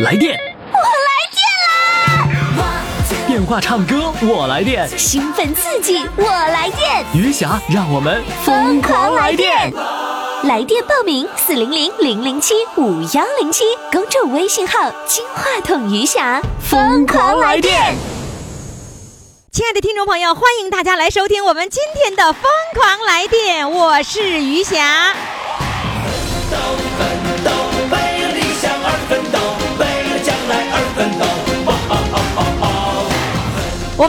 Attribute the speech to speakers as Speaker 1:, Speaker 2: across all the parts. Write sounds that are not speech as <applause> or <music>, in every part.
Speaker 1: 来电，电话唱歌我来电，
Speaker 2: 兴奋刺激，我来电，
Speaker 1: 余霞让我们
Speaker 2: 疯狂来电！来电报名：四零零零零七五幺零七，公众微信号“金话筒余霞”，疯狂来电！
Speaker 3: 亲爱的听众朋友，欢迎大家来收听我们今天的《疯狂来电》，我是余霞。我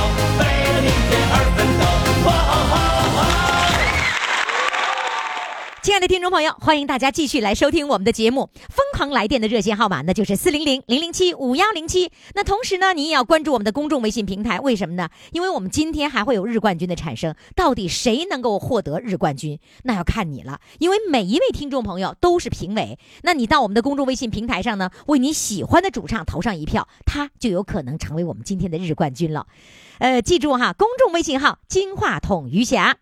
Speaker 3: 亲爱的听众朋友，欢迎大家继续来收听我们的节目。疯狂来电的热线号码呢，就是四零零零零七五幺零七。那同时呢，你也要关注我们的公众微信平台，为什么呢？因为我们今天还会有日冠军的产生，到底谁能够获得日冠军，那要看你了。因为每一位听众朋友都是评委，那你到我们的公众微信平台上呢，为你喜欢的主唱投上一票，他就有可能成为我们今天的日冠军了。呃，记住哈，公众微信号“金话筒余霞”。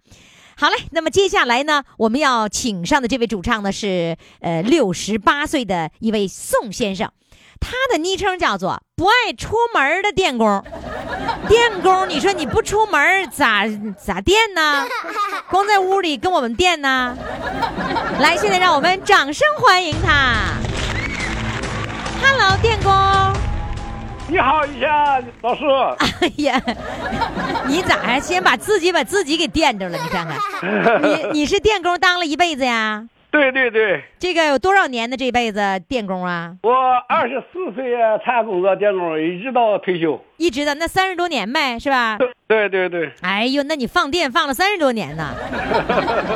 Speaker 3: 好嘞，那么接下来呢，我们要请上的这位主唱呢是呃六十八岁的一位宋先生，他的昵称叫做“不爱出门的电工”。电工，你说你不出门咋咋电呢？光在屋里跟我们电呢？来，现在让我们掌声欢迎他。Hello，电工。
Speaker 4: 你好，一下老师，
Speaker 3: 哎呀，你咋还先把自己把自己给电着了？你看看，你你是电工当了一辈子呀？
Speaker 4: <laughs> 对对对，
Speaker 3: 这个有多少年的这辈子电工啊？
Speaker 4: 我二十四岁啊参加工作电工，一直到退休。
Speaker 3: 一直的那三十多年呗，是
Speaker 4: <laughs>
Speaker 3: 吧？
Speaker 4: 对对对对，
Speaker 3: 哎呦，那你放电放了三十多年呢，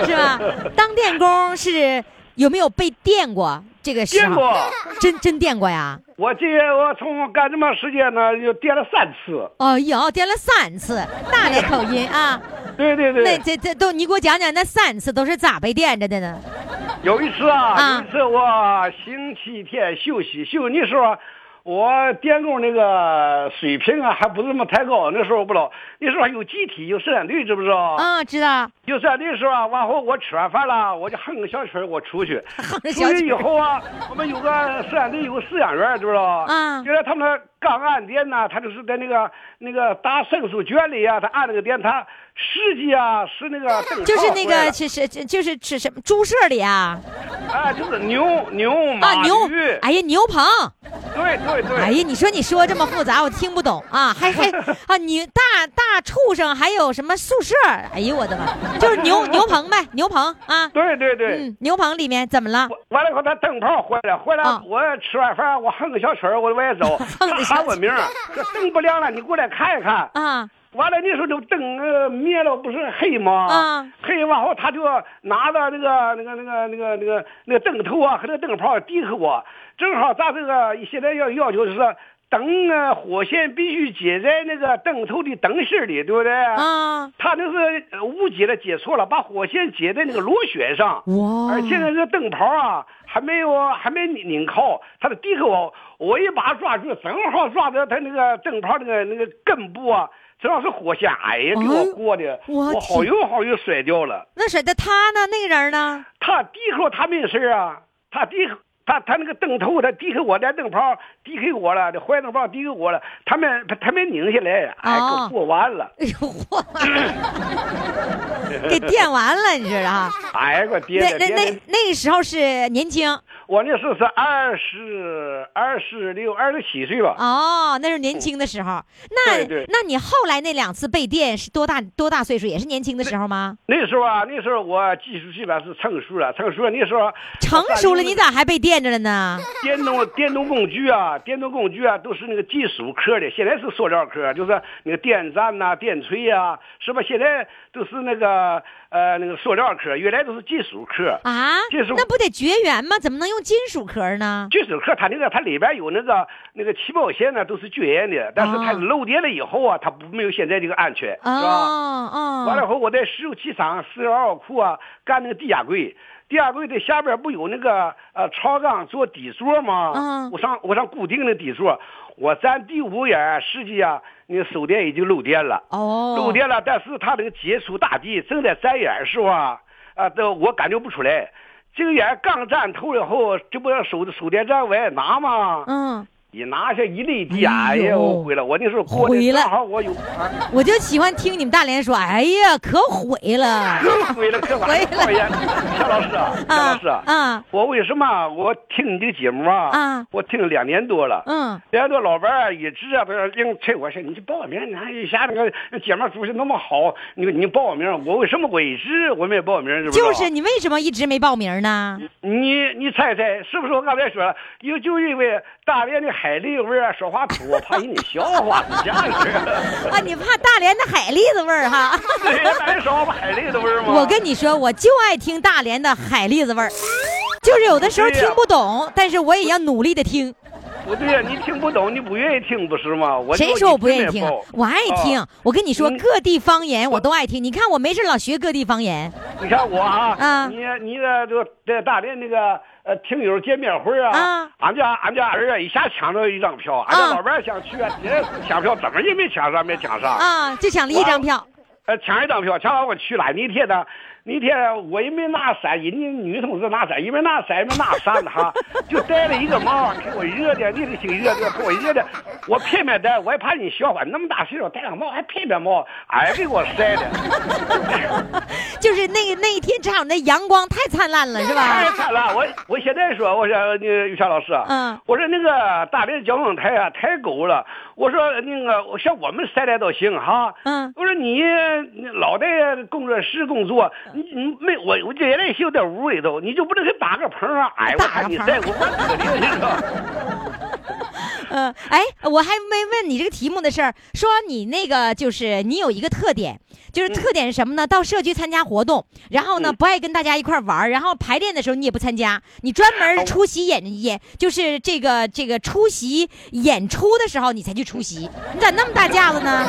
Speaker 3: 是吧？当电工是有没有被电过？这个时
Speaker 4: 电
Speaker 3: 候
Speaker 4: 过，
Speaker 3: 真真电过呀？
Speaker 4: 我这我从干这么时间呢，就电了三次。
Speaker 3: 哦，有电了三次，大连口音啊！
Speaker 4: <laughs> 对对
Speaker 3: 那
Speaker 4: 对，
Speaker 3: 这这都你给我讲讲，那三次都是咋被电着的呢？
Speaker 4: 有一次啊，
Speaker 3: 啊
Speaker 4: 有一次我星期天休息，休息的时候，我电工那个水平啊还不是那么太高，那时候不老，那时候还有集体有生产队，知不知道？
Speaker 3: 啊，知道，
Speaker 4: 有生产队的时候啊，完后我吃完饭了，我就哼个小曲儿，我出去。
Speaker 3: <laughs> 哼着小
Speaker 4: 出去
Speaker 3: 曲
Speaker 4: 以
Speaker 3: 儿
Speaker 4: 后啊，我们有个饲养队，有个饲养员，知不知道？
Speaker 3: 啊
Speaker 4: 原来他们刚按电呐，他就是在那个那个打申诉卷里啊，他按那个电，他实际啊是那个灯泡
Speaker 3: 就是那
Speaker 4: 出来
Speaker 3: 个
Speaker 4: 的
Speaker 3: 是是就是吃什么猪舍里啊
Speaker 4: 啊，就是牛牛马
Speaker 3: 啊牛
Speaker 4: 驴，，
Speaker 3: 哎呀牛棚，
Speaker 4: 对对对，
Speaker 3: 哎呀你说你说这么复杂我听不懂啊，还还啊你大大畜生还有什么宿舍？哎呦我的妈，就是牛牛棚呗，牛棚啊，
Speaker 4: 对对对。
Speaker 3: 嗯牛棚里面怎么了？
Speaker 4: 我完了以后，他灯泡坏了，坏
Speaker 3: 啊。
Speaker 4: 了。我吃完饭，我哼个小曲儿，我我也走
Speaker 3: <laughs> 哼
Speaker 4: 他
Speaker 3: 个小曲儿
Speaker 4: 喊我
Speaker 3: <laughs>
Speaker 4: 名儿，说灯不亮了，你过来看一看。
Speaker 3: 啊
Speaker 4: 完了，那时候都灯呃灭了，不是黑吗？
Speaker 3: 啊
Speaker 4: 黑完后，他就拿着那个那个那个那个那个那个灯头啊和那个灯泡递给我，正好咱这个现在要要求是说灯啊火线必须接在那个灯头的灯芯儿里，对不对？
Speaker 3: 啊
Speaker 4: 他那是呃误解了，解错了，把火线接在那个螺旋上。
Speaker 3: 哇
Speaker 4: 而且那个灯泡啊，还没有还没拧拧靠，他就递给我，我一把抓住，正好抓着他那个灯泡那个那个根部啊，正好是火线，哎呀，给
Speaker 3: 哎
Speaker 4: 我
Speaker 3: 呦
Speaker 4: 过的，
Speaker 3: 我
Speaker 4: 我好
Speaker 3: 天
Speaker 4: 悠好悠摔掉了。
Speaker 3: 那谁的他呢？那个人呢？
Speaker 4: 他递给我他没事儿啊，他递给他他那个灯头他递给我，那灯泡递给我了，那坏灯泡递给我了，他没他没拧下来，哎，给
Speaker 3: 哦
Speaker 4: 我过完了，
Speaker 3: 哎呦我 <coughs> 给电完了你知道
Speaker 4: <laughs>
Speaker 3: 啊？
Speaker 4: 哎，给我跌
Speaker 3: 那
Speaker 4: 的
Speaker 3: 那
Speaker 4: 跌的
Speaker 3: 那。那个时候是年轻。
Speaker 4: 我那时候是二十二十六二十七岁吧，嗯
Speaker 3: 哦，那是年轻的时候。那
Speaker 4: 对对
Speaker 3: 那你后来那两次被电是多大多大岁数？也是年轻的时候吗？
Speaker 4: 那时候啊，那时候我技术基本是成熟了，成熟了。那时候
Speaker 3: 成熟了，你咋还被电着了呢？
Speaker 4: 电动电动工具啊，电动工具啊，都是那个金属壳的，现在是塑料壳，就是那个电站呐、电锤啊，是吧？现在都是那个呃那个塑料壳，原来都是金属壳。
Speaker 3: 啊
Speaker 4: 这是，
Speaker 3: 那不得绝缘吗？怎么能用金属壳呢？
Speaker 4: 金属壳它那个它里边有那个那个起跑线呢，都是绝缘的，但是它
Speaker 3: 啊
Speaker 4: 漏电了以后啊，它不没有现在这个安全，
Speaker 3: 哦
Speaker 5: <laughs>
Speaker 4: 是吧？完了
Speaker 3: 哦，
Speaker 4: 后，我在石油气厂四幺二库啊干那个地下柜，电压柜的下边不有那个呃超钢做底座吗？
Speaker 3: 嗯
Speaker 4: 我上我上固定的底座，我粘第五眼，实际啊，那个手电已经漏电了。
Speaker 3: 哦，
Speaker 4: 漏电了，但是它这个接触大地，正在粘眼儿时候啊，啊，这我感觉不出来。这个眼儿刚粘透了后，这不让手手电站我也拿吗？
Speaker 3: 嗯，
Speaker 4: 一拿下一粒地，
Speaker 3: 哎
Speaker 4: 哎
Speaker 3: 呦
Speaker 4: 呀，我毁了！我那时候过
Speaker 3: 毁
Speaker 4: 得
Speaker 3: 了
Speaker 4: 正好我有，啊
Speaker 3: 我就喜欢听你们大连说，哎呀，可毁了，
Speaker 4: 可毁了，可完
Speaker 3: 毁
Speaker 4: 了！
Speaker 3: 了
Speaker 4: 讨厌，夏老师啊，夏老
Speaker 3: 啊
Speaker 4: 师啊，
Speaker 3: 啊，
Speaker 4: 我为什么我听你这个节目啊？
Speaker 3: 啊
Speaker 4: 我听了两年多了。
Speaker 3: 嗯，
Speaker 4: 两年多老伴儿一直啊，他说硬催我说，你就报我名儿，你还一下那个姐们儿主持那么好，你你报我名儿，我为什么我一直我没报名儿？是不是？
Speaker 3: 就是你为什么一直没报名呢？
Speaker 4: 你你猜猜，是不是我刚才说了？又就因为大连的海蛎味儿啊，说话土，我怕引你笑话，你家里人，
Speaker 3: <laughs> 啊，你怕大连的海蛎子味儿
Speaker 4: <laughs>
Speaker 3: 哈？
Speaker 4: 对，难受吧？海蛎的味儿吗？
Speaker 3: 我跟你说，我就爱听大连的海蛎子味儿，就是有的时候
Speaker 4: 对
Speaker 3: 听
Speaker 4: 呀
Speaker 3: 不懂，但是我也要努力的听。
Speaker 4: <laughs> 不对呀、啊你听不懂，你不愿意听不是吗？我就
Speaker 3: 谁说我不愿意
Speaker 4: 一直没
Speaker 3: 听啊
Speaker 4: 报？
Speaker 3: 我爱听
Speaker 4: 啊。
Speaker 3: 我跟你说，
Speaker 4: 嗯
Speaker 3: 各地方言我都爱听。你看我没事老学各地方言，
Speaker 4: 你看我啊，
Speaker 3: 啊
Speaker 4: 你你的就在大连那个呃听友见面会啊，
Speaker 3: 啊
Speaker 4: 俺家俺家儿啊一下抢着一张票，俺家
Speaker 3: 啊
Speaker 4: 老伴儿想去啊，别抢票怎么也没抢上，没抢上，
Speaker 3: 啊，就抢了一张票。
Speaker 4: 呃抢一张票，抢完我去了，那天呢，那天我也没拿伞，人家女同志拿伞，也没拿伞，也没拿伞的
Speaker 3: <laughs>
Speaker 4: 哈，就戴了一个帽，给我热的，那个挺热的，给我热的，我偏偏戴，我也怕你笑话，那么大岁数戴个帽还偏偏帽，哎给我晒的。
Speaker 3: 就是那那一天正好那阳光太灿烂了，是
Speaker 4: 太
Speaker 3: 吧？
Speaker 4: 惨了！我我现在说，我说那个于霞老师，啊
Speaker 3: 嗯
Speaker 4: 我说那个大连交通台啊太狗了，我说那个我像我们三代都行哈，
Speaker 3: 嗯
Speaker 4: 我说你你老在工作室工作，你
Speaker 3: 嗯
Speaker 4: 你没我我这原来就在屋里头，你就不能给打个棚啊？哎，我
Speaker 3: 打个
Speaker 4: 看你
Speaker 3: 棚
Speaker 4: 在我我可怜你说，
Speaker 3: 嗯，哎，我还没问你这个题目的事儿，说你那个就是你有一个特点，就是特点是什么呢？到社区参加活动，然后呢
Speaker 4: 嗯
Speaker 3: 不爱跟大家一块儿玩儿，然后排练的时候你也不参加，你专
Speaker 4: 啊
Speaker 3: 门出席演演，就是这个这个出席演出的时候你才去出席，你咋那么大架子呢？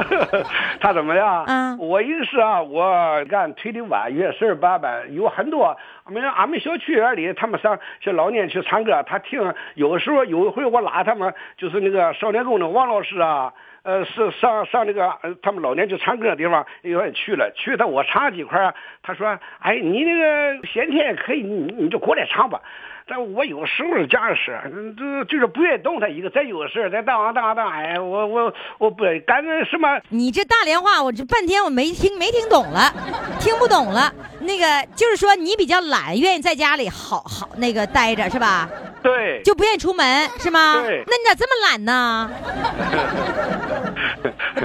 Speaker 4: <laughs> 他怎么样？
Speaker 3: 嗯
Speaker 4: 我一个是啊，我干推的晚，乐事儿八百，有很多。我们俺们小区园里，他们上小老年去唱歌，他听。有时候有一回我拉他们，就是那个少年宫的王老师啊，呃，是上上那个呃他们老年去唱歌的地方，有人去了，去他我唱几块儿，他说，哎，你那个闲天也可以，你你就过来唱吧。但我有时候是这样式儿，嗯就就是不愿意动他一个，再有事儿再当啊当啊当，哎，我我我不干那什么。
Speaker 3: 你这大连话我这半天我没听没听懂了，听不懂了。那个就是说你比较懒，愿意在家里好好那个待着是吧？ <laughs>
Speaker 4: 对，
Speaker 3: 就不愿意出门是吗？
Speaker 4: 对
Speaker 3: 那你咋这么懒呢？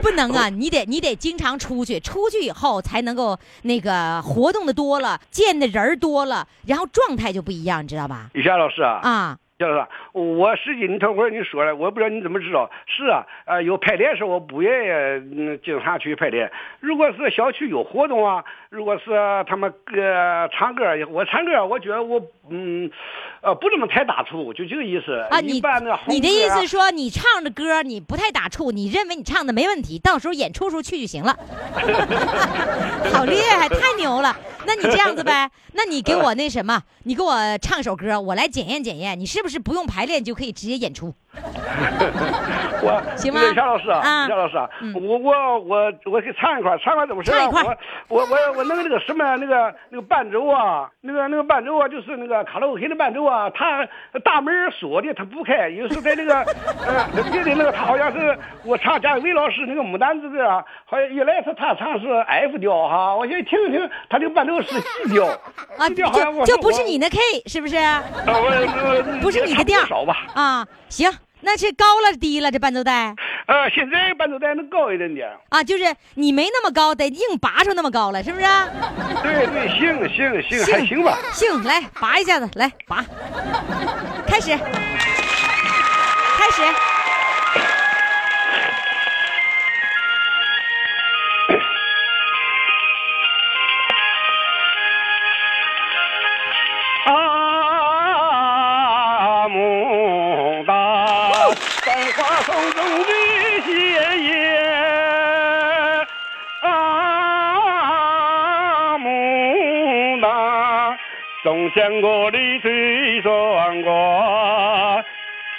Speaker 3: 不能
Speaker 4: <laughs>
Speaker 3: 啊，你得你得经常出去，出去以后才能够那个活动的多了，见的人儿多了，然后状态就不一样，你知道吧？
Speaker 4: 雨霞老师啊，
Speaker 3: 啊，
Speaker 4: 夏老师，我实际你头回你说了，我不知道你怎么知道，是啊，呃，有排练时候我不愿意嗯经常去排练。如果是小区有活动啊，如果是他们呃唱歌，我唱歌，我觉得我嗯，呃，不怎么太打怵，就这个意思。
Speaker 3: <laughs> 啊，
Speaker 4: 一
Speaker 3: 你
Speaker 4: 般的啊
Speaker 3: 你的意思是
Speaker 4: 是？
Speaker 3: 说你唱着歌你不太打怵，你认为你唱的没问题，到时候演出时候去就行了。 <laughs> 好厉害，太牛了！那你这样子呗，那你给我那什么，你给我唱首歌，我来检验检验，你是不是不用排练就可以直接演出？
Speaker 4: <laughs> 我
Speaker 3: 行吗
Speaker 4: 那个夏老师
Speaker 3: 啊
Speaker 4: 夏老师啊
Speaker 3: 嗯，
Speaker 4: 我我我我给唱一块儿，唱一块儿怎么事儿
Speaker 3: 唱
Speaker 4: 啊？
Speaker 3: 一块儿
Speaker 4: 我我我我弄个那个什么啊那个那个伴奏啊，那个那个伴奏啊，就是那个卡拉 OK 的伴奏啊，它大门儿锁的，它不开。有时候在那个呃别的那个，他好像是我唱贾伟老师那个《牡丹之歌》啊，好像原来是他唱是 F 调哈，我现在听一听他这个伴奏是 G 调
Speaker 3: 啊，
Speaker 4: ，G 调好像
Speaker 3: 就
Speaker 4: 哎我
Speaker 3: 就不是你
Speaker 4: 的，
Speaker 3: 的 K 是不是？
Speaker 4: 我我
Speaker 3: 不是你的调
Speaker 4: 差多少吧？
Speaker 3: 啊，行，那是高了低了这伴奏带
Speaker 4: 呃，现在伴奏带能高一点点。
Speaker 3: 啊，就是你没那么高，得硬拔出那么高来，是不是啊？
Speaker 4: 对对，行行行，还行吧。
Speaker 3: 行，来拔一下子，来拔，开始，开始。
Speaker 4: 啊，牡丹，繁花丛中的鲜叶。啊，牡丹，
Speaker 6: 向我的腿上挂，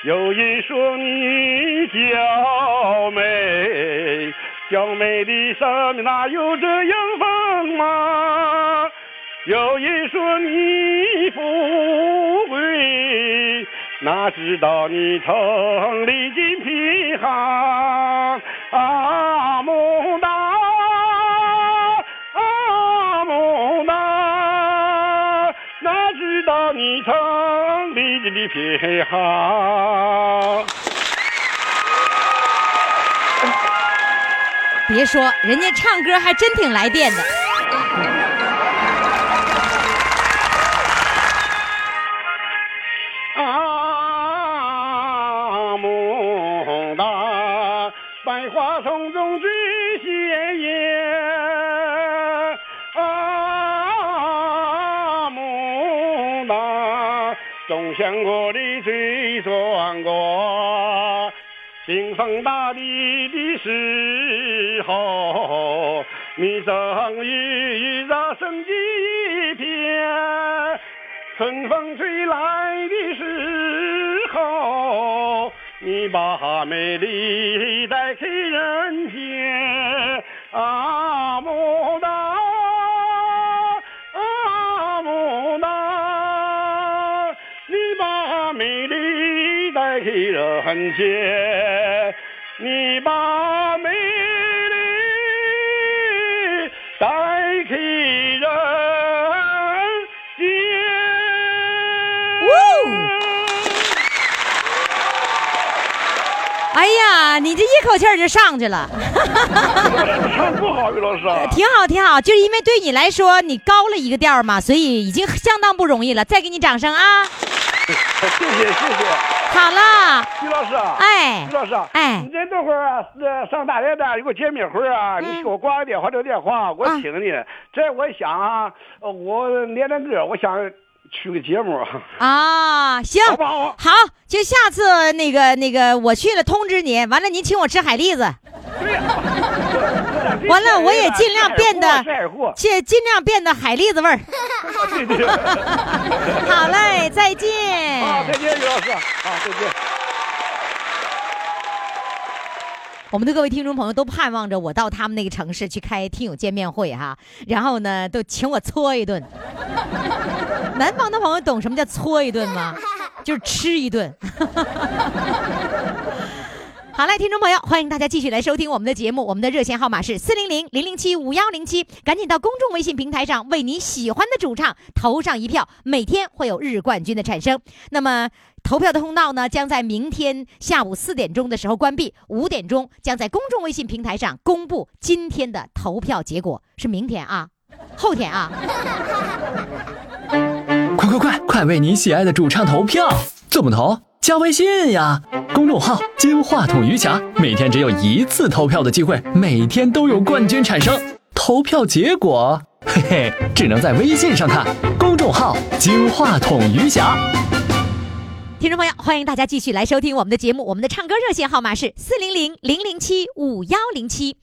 Speaker 6: 有一说你娇美，娇美的生命哪有这样风吗？有一说你富贵，哪知道你城里金皮行啊，梦到。啊，梦啊，哪知道你唱的你的偏好？
Speaker 3: 别说，人家唱歌还真挺来电的。
Speaker 6: 啊，牡丹，百花丛中最鲜艳。啊，牡丹，总向我的嘴转过。兴风大地的时候，你终于让生机一片。春风吹来的时候，你把美丽带给人间。啊，牡丹，啊，牡丹，你把美丽带给人间，你把美丽带给人间。
Speaker 3: 哎呀，你这一口气儿就上去了，
Speaker 6: <laughs> 唱不好，于老师啊。
Speaker 3: <laughs> 挺好，挺好。就是因为对你来说，你高了一个调儿嘛，所以已经相当不容易了。再给你掌声啊！
Speaker 6: 谢谢谢谢，
Speaker 3: 好了，
Speaker 6: 于老师啊，
Speaker 3: 哎
Speaker 6: 于老师啊，
Speaker 3: 哎
Speaker 6: 你这等会儿啊，呃上大连的，如果见面会儿
Speaker 3: 嗯
Speaker 6: 啊，你给我挂个电话，这个电话我请你。这我想啊，呃我连着歌，我想去个节目，
Speaker 3: 啊，行，
Speaker 6: 好不好？
Speaker 3: 好，就下次那个那个我去了通知您，完了您请我吃海蛎子，完了我也尽
Speaker 6: 哎
Speaker 3: 量变
Speaker 5: <laughs>
Speaker 3: 得
Speaker 6: 晒货，
Speaker 3: 尽尽量变得海蛎子味儿。
Speaker 6: 对对。啊，
Speaker 3: 好嘞，再见。
Speaker 6: 再见，于老师，啊，再见。
Speaker 3: 我们的各位听众朋友都盼望着我到他们那个城市去开听友见面会哈，然后呢，都请我搓一顿。南方的朋友懂什么叫搓一顿吗？就是吃一顿。好嘞，听众朋友，欢迎大家继续来收听我们的节目。我们的热线号码是四零零零零七五幺零七，赶紧到公众微信平台上为你喜欢的主唱投上一票，每天会有日冠军的产生。那么。投票的通道呢，将在明天下午四点钟的时候关闭，五点钟将在公众微信平台上公布今天的投票结果，是明天啊，后天啊。
Speaker 1: 快快快，快为你喜爱的主唱投票！怎么投？加微信呀，公众号“金话筒余霞”，每天只有一次投票的机会，每天都有冠军产生。投票结果，嘿嘿，只能在微信上看。公众号“金话筒余霞”。
Speaker 3: 听众朋友，欢迎大家继续来收听我们的节目。我们的唱歌热线号码是四零零零零七五幺零七。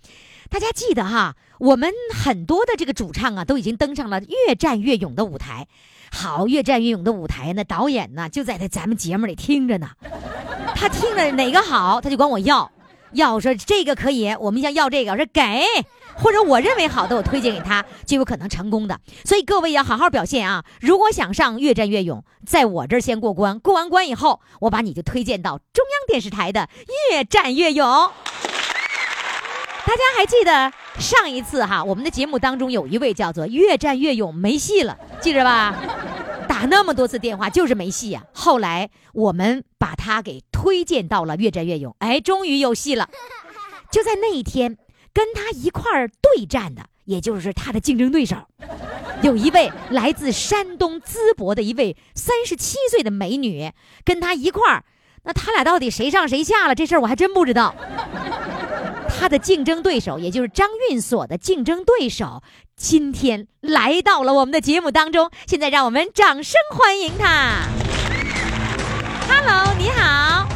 Speaker 3: 大家记得哈，我们很多的这个主唱啊，都已经登上了越战越勇的舞台。好，越战越勇的舞台呢，导演呢就在这咱们节目里听着呢。他听着哪个好，他就管我要，要说这个可以，我们想要这个，我说给，或者我认为好的，我推荐给他，就有可能成功的。所以各位要好好表现啊！如果想上越战越勇，在我这儿先过关，过完关以后，我把你就推荐到中央电视台的越战越勇。大家还记得上一次哈，我们的节目当中有一位叫做“越战越勇”没戏了，记着吧？打那么多次电话就是没戏呀、后来我们把他给推荐到了“越战越勇”，哎，终于有戏了。就在那一天，跟他一块儿对战的，也就是他的竞争对手，有一位来自山东淄博的一位三十七岁的美女，跟他一块儿。那他俩到底谁上谁下了？这事儿我还真不知道。他的竞争对手，也就是张运所的竞争对手，今天来到了我们的节目当中。现在让我们掌声欢迎他。Hello，你好。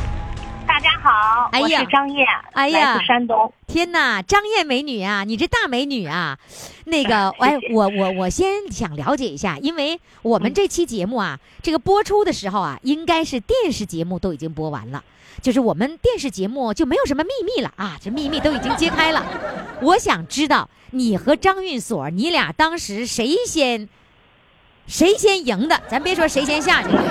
Speaker 5: 大家好，
Speaker 3: 哎呀
Speaker 5: 我是张燕，
Speaker 3: 哎呀
Speaker 5: 来自山东。
Speaker 3: 天哪，张燕美女啊，你这大美女啊！那个，
Speaker 5: <laughs>
Speaker 3: 哎，我我我先想了解一下，因为我
Speaker 5: 嗯
Speaker 3: 们这期节目啊，这个播出的时候啊，应该是电视节目都已经播完了，就是我们电视节目就没有什么秘密了啊，这秘密都已经揭开了。我想知道你和张运所，你俩当时谁先谁先赢的？咱别说谁先下去
Speaker 5: <laughs>
Speaker 3: 了。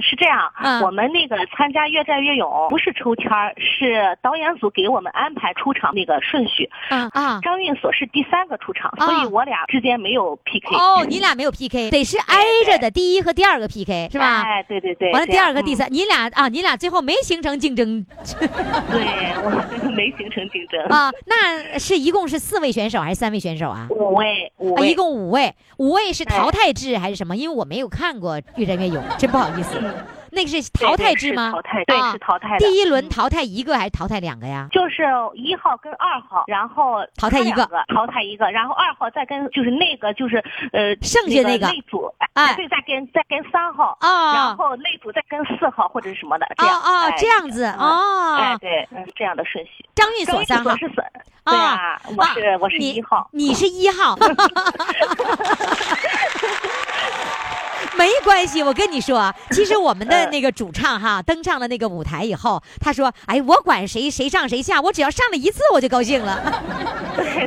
Speaker 5: 是这样，
Speaker 3: 嗯
Speaker 5: 我们那个参加《越战越勇》不是抽签儿，是导演组给我们安排出场那个顺序。
Speaker 3: 啊啊！
Speaker 5: 张运所是第三个出场，
Speaker 3: 啊
Speaker 5: 所以我俩之间没有 PK。
Speaker 3: 哦，你俩没有 PK，得是挨着的第一和第二个 PK 是吧？
Speaker 5: 哎，对对对。
Speaker 3: 完了
Speaker 5: 这
Speaker 3: 第
Speaker 5: 样
Speaker 3: 二个、第，三，你俩啊，你俩最后没形成竞争
Speaker 5: 嗯 <laughs> 对我们没形成竞争。 <laughs>
Speaker 3: 啊？那是一共是四位选手还是三位选手啊？
Speaker 5: 五位，五
Speaker 3: 啊，
Speaker 5: 位。
Speaker 3: 一共五位，五位是淘汰制还是什么？因为我没有看过《越战越勇》，真不好意思。那个是淘汰制吗？
Speaker 5: 对对是淘汰嗯对
Speaker 3: 啊
Speaker 5: 是淘汰的
Speaker 3: 第一轮淘汰一个还是淘汰两个呀？
Speaker 5: 就是一号跟二号，然后
Speaker 3: 淘汰一个
Speaker 5: 他两个，淘汰一个，然后二号再跟就是那个就是呃
Speaker 3: 剩下那
Speaker 5: 那
Speaker 3: 个
Speaker 5: 内组，
Speaker 3: 哎
Speaker 5: 对，再跟再跟三号，
Speaker 3: 啊
Speaker 5: 然后内组再跟四号或者什么的，这
Speaker 3: 哦
Speaker 5: 样
Speaker 3: 哦，
Speaker 5: 哎
Speaker 3: 这样子哦。
Speaker 5: 哎对，嗯这样的顺序。
Speaker 3: 张运所三号
Speaker 5: 我是三，对啊，我是我是
Speaker 3: 你
Speaker 5: 一号，
Speaker 3: 你是一
Speaker 5: <laughs>
Speaker 3: 号。没关系，我跟你说啊，其实我们
Speaker 5: 嗯
Speaker 3: 的那个主唱哈，登上了那个舞台以后，他说：“哎，我管谁谁上谁下，我只要上了一次我就高兴了。
Speaker 5: 对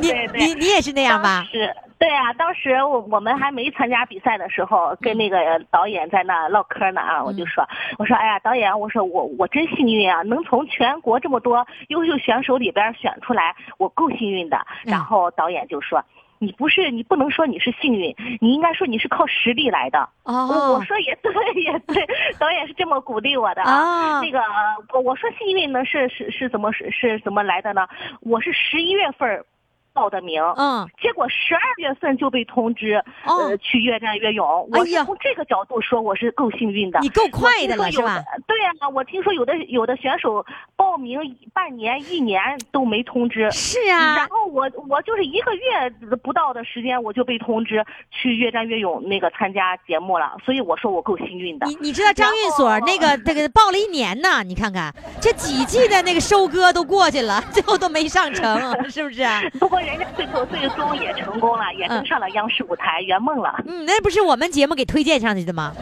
Speaker 3: <laughs> 你”
Speaker 5: 对对。
Speaker 3: 你你也是那样吧？
Speaker 5: 是，对啊，当时我我们还没参加比赛的时候，
Speaker 3: 嗯
Speaker 5: 跟那个导演在那唠嗑呢啊，我就说，我说哎呀，导演，我说我我真幸运啊，能从全国这么多优秀选手里边选出来，我够幸运的。然
Speaker 3: 嗯
Speaker 5: 后导演就说。你不是，你不能说你是幸运，你应该说你是靠实力来的。我
Speaker 3: 哦
Speaker 5: 我，说也对，也对，导演是这么鼓励我的
Speaker 3: 啊
Speaker 5: 那个，呃我我说幸运呢是是是怎么是是怎么来的呢？我是十一月份儿报的名，
Speaker 3: 嗯，
Speaker 5: 结果十二月份就被通知，
Speaker 3: 哦
Speaker 5: 呃，去越战越勇。我
Speaker 3: 哎呀
Speaker 5: 是从这个角度说，我是够幸运的。
Speaker 3: 你够快的了
Speaker 5: 我
Speaker 3: 是
Speaker 5: 听说有
Speaker 3: 吧？？
Speaker 5: 对啊，我听说有的有的选手报名半年、一年都没通知。
Speaker 3: 是啊
Speaker 5: 然，后我我就是一个月不到的时间，我就被通知去越战越勇那个参加节目了，所以我说我够幸运的
Speaker 3: 你。你知道张运所那个那个呃报了一年呢，你看看这几季的那个收割都过去了， <laughs> 最后都没上成，是不是啊？
Speaker 5: <laughs> 不过人家最后最终也成功了，也
Speaker 3: 嗯
Speaker 5: 登上了央视舞台，圆梦了。
Speaker 3: 嗯，那不是我们节目给推荐上去的吗？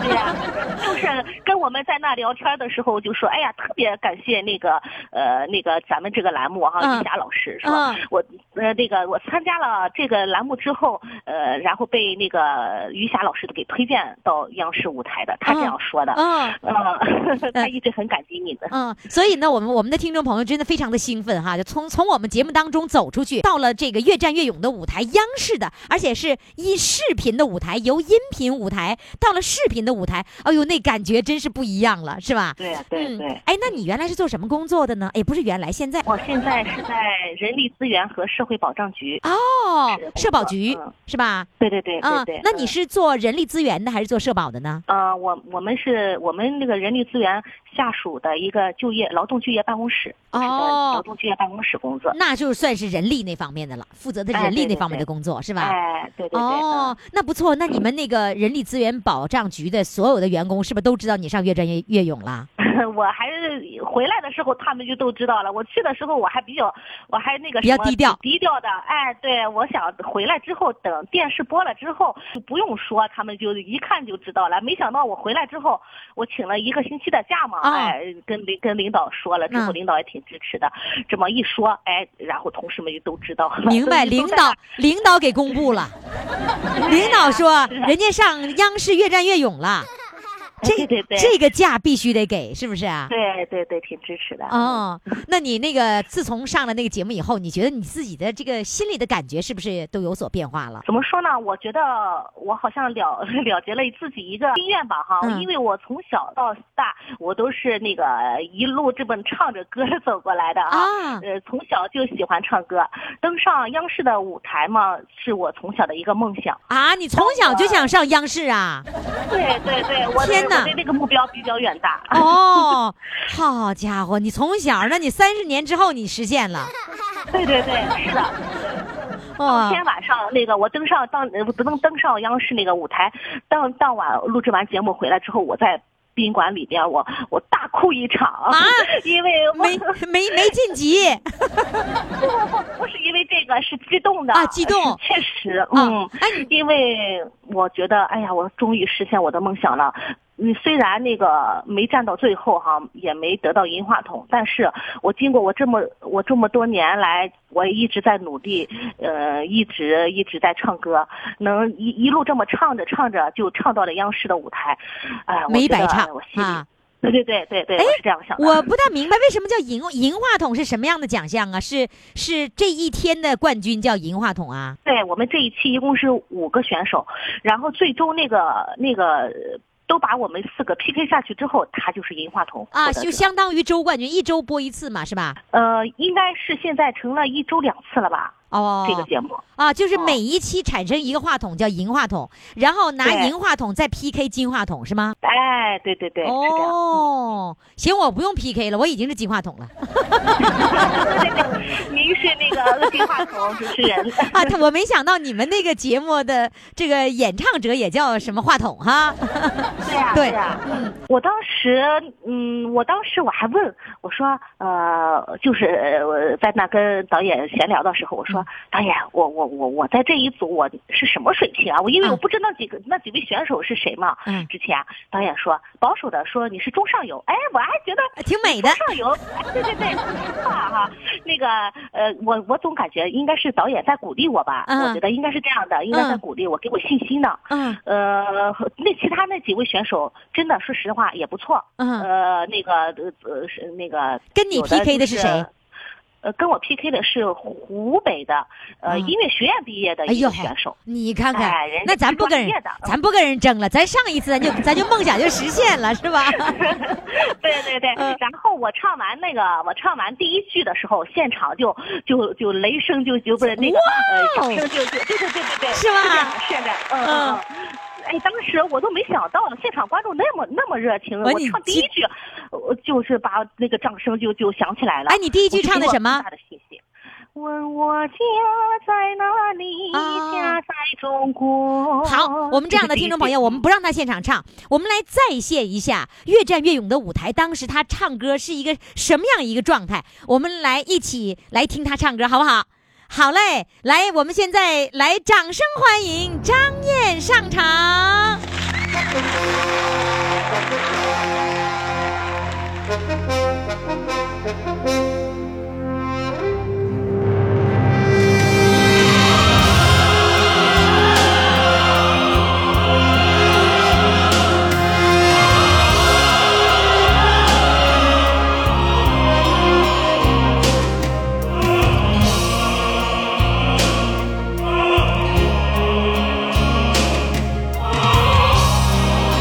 Speaker 5: 对呀、 <laughs> 就是跟我们在那聊天的时候就说，哎呀，特别感谢那个呃那个咱们这个栏目哈、
Speaker 3: 嗯
Speaker 5: 玉霞老师是吧？
Speaker 3: 嗯
Speaker 5: 我呃那个我参加了这个栏目之后，呃，然后被那个余霞老师给推荐到央视舞台的，他这样说的。
Speaker 3: 嗯
Speaker 5: 嗯， <laughs> 他一直很感激你的。
Speaker 3: 嗯，所以呢，我们我们的听众朋友真的非常的兴奋哈，就从从我们节目当中走出去，到了这个越战越勇的舞台，央视的，而且是一视频的舞台，由音频舞台到了视频的舞台，哎呦，那感觉真是不一样了，是吧？
Speaker 5: 对呀、对啊对。
Speaker 3: 嗯，哎，那你原来是做什么工作的呢？哎，不是原来，现在
Speaker 5: 我现在是在人力资源和社会保障局，
Speaker 3: 哦
Speaker 5: 是工，作
Speaker 3: 社保局、
Speaker 5: 嗯
Speaker 3: 是吧？
Speaker 5: 对对对对
Speaker 3: 啊、
Speaker 5: 对。
Speaker 3: 那你
Speaker 5: 嗯
Speaker 3: 是做人力资源的还是做社保的呢？
Speaker 5: 呃，我我们是我们那个人力资源下属的一个就业劳动就业办公室，我是在
Speaker 3: 哦
Speaker 5: 劳动就业办公室工作。
Speaker 3: 那就算是人力那方面的了，负责的
Speaker 5: 哎
Speaker 3: 人力
Speaker 5: 对
Speaker 3: 那
Speaker 5: 对
Speaker 3: 方面
Speaker 5: 对
Speaker 3: 的工作是吧？
Speaker 5: 哎，对对对，
Speaker 3: 哦，那不错。那你们那个人力资源保障局的所有的员工，是不是都知道你上越战越越勇了？
Speaker 5: 嗯 <laughs> 我还是回来的时候他们就都知道了。我去的时候我还比较，我还那个
Speaker 3: 比较
Speaker 5: 什么
Speaker 3: 低调
Speaker 5: 低调的。哎，对，我想回来之后，等电视播了之后，就不用说，他们就一看就知道了。没想到我回来之后，我请了一个星期的假嘛，
Speaker 3: 啊
Speaker 5: 哎，跟领跟领导说了之后，
Speaker 3: 嗯
Speaker 5: 领导也挺支持的。这么一说，哎，然后同事们就都知道了。
Speaker 3: 明白，
Speaker 5: <laughs> 都
Speaker 3: 领
Speaker 5: 在
Speaker 3: 导领导给公布
Speaker 5: <laughs>
Speaker 3: 了，领导说人家上央视越战越勇了，这
Speaker 5: 对对对
Speaker 3: 这个假必须得给，是不是啊？
Speaker 5: 对对对，挺支持的。
Speaker 3: 哦，那你那个自从上了那个节目以后，你觉得你自己的这个心里的感觉是不是都有所变化了？
Speaker 5: 怎么说呢？我觉得我好像了 <laughs> 了结了自己一个心愿吧，哈、
Speaker 3: 嗯
Speaker 5: 因为我从小到大，我都是那个一路这么唱着歌儿走过来的啊。
Speaker 3: 啊，
Speaker 5: 呃，从小就喜欢唱歌，登上央视的舞台嘛，是我从小的一个梦想。
Speaker 3: 啊，你从小就想上央视啊？
Speaker 5: 对对对，我对
Speaker 3: 天哪
Speaker 5: 我对那个目标比较远大。
Speaker 3: 哦，好家伙，你从小，那你三十年之后你实现了，
Speaker 5: 对 <laughs> 对对，是的。
Speaker 3: 哇、
Speaker 5: 当天晚上那个我登上当呃不能登上央视那个舞台，当当晚录制完节目回来之后，我在。宾馆里边，我我大哭一场，
Speaker 3: 啊
Speaker 5: <laughs> 因为我
Speaker 3: 没没没晋级
Speaker 5: 不 <laughs> 不是因为这个，是激动的
Speaker 3: 啊激动
Speaker 5: 是确实，嗯，
Speaker 3: 啊！哎，你
Speaker 5: 因为我觉得，哎呀，我终于实现我的梦想了。嗯，虽然那个没站到最后哈、也没得到银话筒，但是我经过我这么我这么多年来，我一直在努力，呃，一直一直在唱歌，能一一路这么唱着唱着就唱到了央视的舞台，哎，我
Speaker 3: 没
Speaker 5: 觉得
Speaker 3: 白唱
Speaker 5: 哎我心里
Speaker 3: 啊！
Speaker 5: 对对对对对，我是这样想的。
Speaker 3: 哎我不大明白为什么叫银银话筒是什么样的奖项啊？是是这一天的冠军叫银话筒啊？
Speaker 5: 对我们这一期一共是五个选手，然后最终那个那个都把我们四个 PK 下去之后，他就是银话筒
Speaker 3: 啊，
Speaker 5: 获得
Speaker 3: 就
Speaker 5: 者
Speaker 3: 相当于周冠军，一周播一次嘛，是吧？
Speaker 5: 呃，应该是现在成了一周两次了吧？
Speaker 3: 哦，
Speaker 5: 这个节目
Speaker 3: 啊，就是
Speaker 5: 哦
Speaker 3: 每一期产生一个话筒叫银话筒，然后拿
Speaker 5: 对
Speaker 3: 银话筒再 PK 金话筒是吗？
Speaker 5: 哎，对对对，是这样。
Speaker 3: 哦，行，我不用 PK 了，我已经是金话筒了
Speaker 5: <laughs> 您是那个金话筒主持人，
Speaker 3: <laughs> 啊！他我没想到你们那个节目的这个演唱者也叫什么话筒哈？
Speaker 5: <laughs> 对呀、
Speaker 3: 对
Speaker 5: 对呀、我当时，嗯，我当时我还问我说，呃，就是呃我在那跟导演闲聊的时候，我
Speaker 3: 嗯
Speaker 5: 说，导演，我我我我在这一组我是什么水平啊？我因为
Speaker 3: 嗯
Speaker 5: 我不知道那几个、那几位选手是谁嘛。
Speaker 3: 嗯
Speaker 5: 之前啊导演说保守的说你是中上游，哎，我还觉得
Speaker 3: 啊挺美的
Speaker 5: 中上游，哎，对对对，不是话哈。 <laughs> 那个呃，我我总感觉应该是导演在鼓励我吧，
Speaker 3: 嗯
Speaker 5: 我觉得应该是这样的，应该在
Speaker 3: 嗯
Speaker 5: 鼓励我，给我信心呢。
Speaker 3: 嗯
Speaker 5: 呃，那其他那几位选手真的说实话也不错。
Speaker 3: 嗯，
Speaker 5: 呃，那个呃是那个
Speaker 3: 跟你
Speaker 5: 有的
Speaker 3: PK 的
Speaker 5: 就是
Speaker 3: 谁？
Speaker 5: 呃，跟我 PK 的是湖北的呃、
Speaker 3: 啊
Speaker 5: 音乐学院毕业的
Speaker 3: 哎
Speaker 5: 一个
Speaker 3: 呦
Speaker 5: 选手。
Speaker 3: 你看看
Speaker 5: 哎人，家
Speaker 3: 那咱
Speaker 5: 是
Speaker 3: 不跟人
Speaker 5: 专业的，嗯
Speaker 3: 咱不跟人争了，咱上一次咱就咱就梦想就实现了，
Speaker 5: <laughs>
Speaker 3: 是吧？
Speaker 5: 对对对，
Speaker 3: 嗯
Speaker 5: 然后我唱完那个，我唱完第一句的时候，现场就就就雷声就就不是那个呃
Speaker 3: 哇哦
Speaker 5: 掌声就就对对对对对，
Speaker 3: 是吗
Speaker 5: 这样是的，嗯嗯。嗯哎，当时我都没想到呢，现场观众那么那么热情，
Speaker 3: 完
Speaker 5: 我
Speaker 3: 你
Speaker 5: 唱第一句，我就是把那个掌声就就响起来了。
Speaker 3: 哎，你第一句唱的什么
Speaker 5: 我就给我很大？的信心问我家在
Speaker 3: <laughs>
Speaker 5: 哪里？
Speaker 3: 啊
Speaker 5: 家在中国。
Speaker 3: 好，我们这样的听众朋友，我们不让他现场唱，我们来再现一下《越战越勇》的舞台，当时他唱歌是一个什么样一个状态？我们来一起来听他唱歌，好不好？好嘞，来，我们现在来掌声欢迎张燕上场。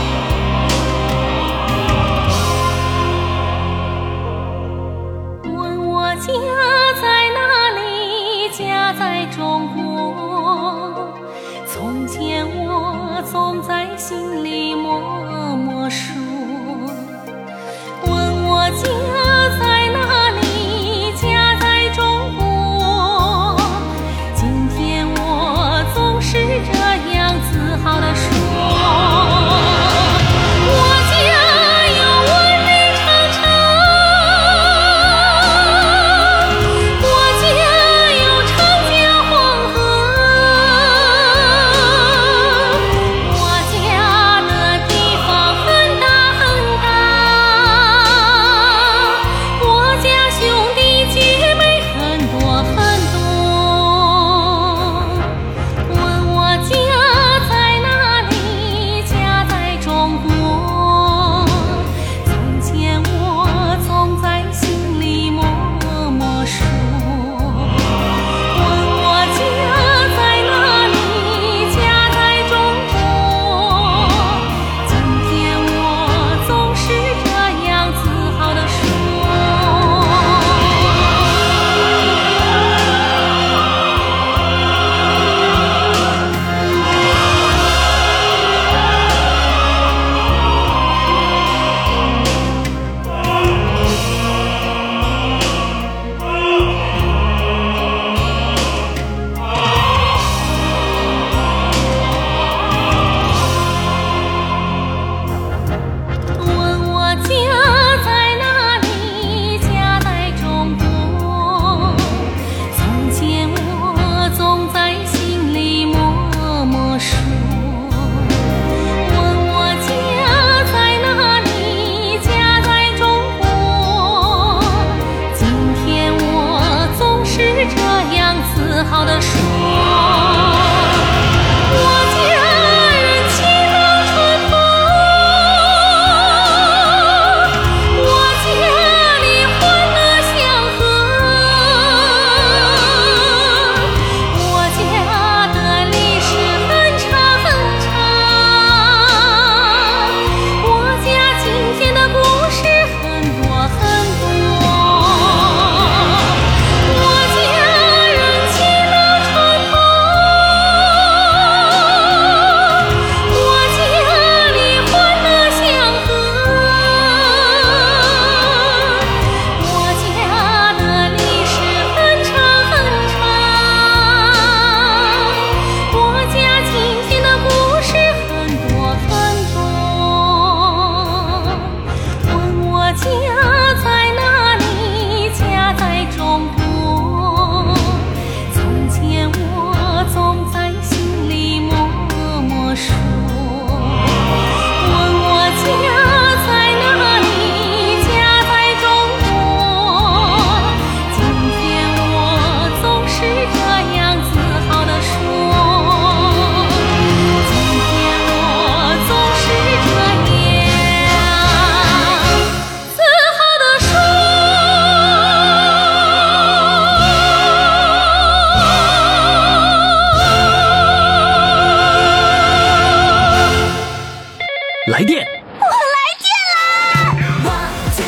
Speaker 7: 啊！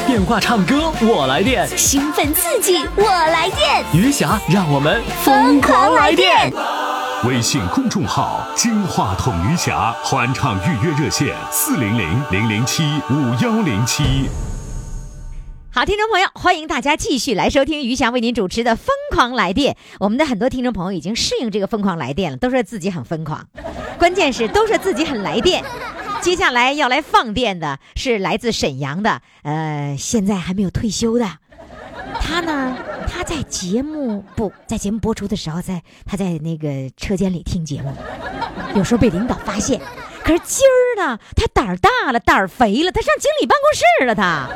Speaker 1: 电话唱歌我来电，
Speaker 2: 兴奋刺激，我来电，
Speaker 1: 余霞让我们
Speaker 2: 疯狂来电！
Speaker 7: 微信公众号“金话筒余霞”欢唱预约热线：四零零零零七五幺零七。
Speaker 3: 好，听众朋友，欢迎大家继续来收听于翔为您主持的《疯狂来电》。我们的很多听众朋友已经适应这个《疯狂来电》了，都说自己很疯狂，关键是都说自己很来电。接下来要来放电的是来自沈阳的，呃，现在还没有退休的，他呢，他在节目不在节目播出的时候，在他在那个车间里听节目，有时候被领导发现。可是今儿呢，他胆儿大了，胆儿肥了，他上经理办公室了他，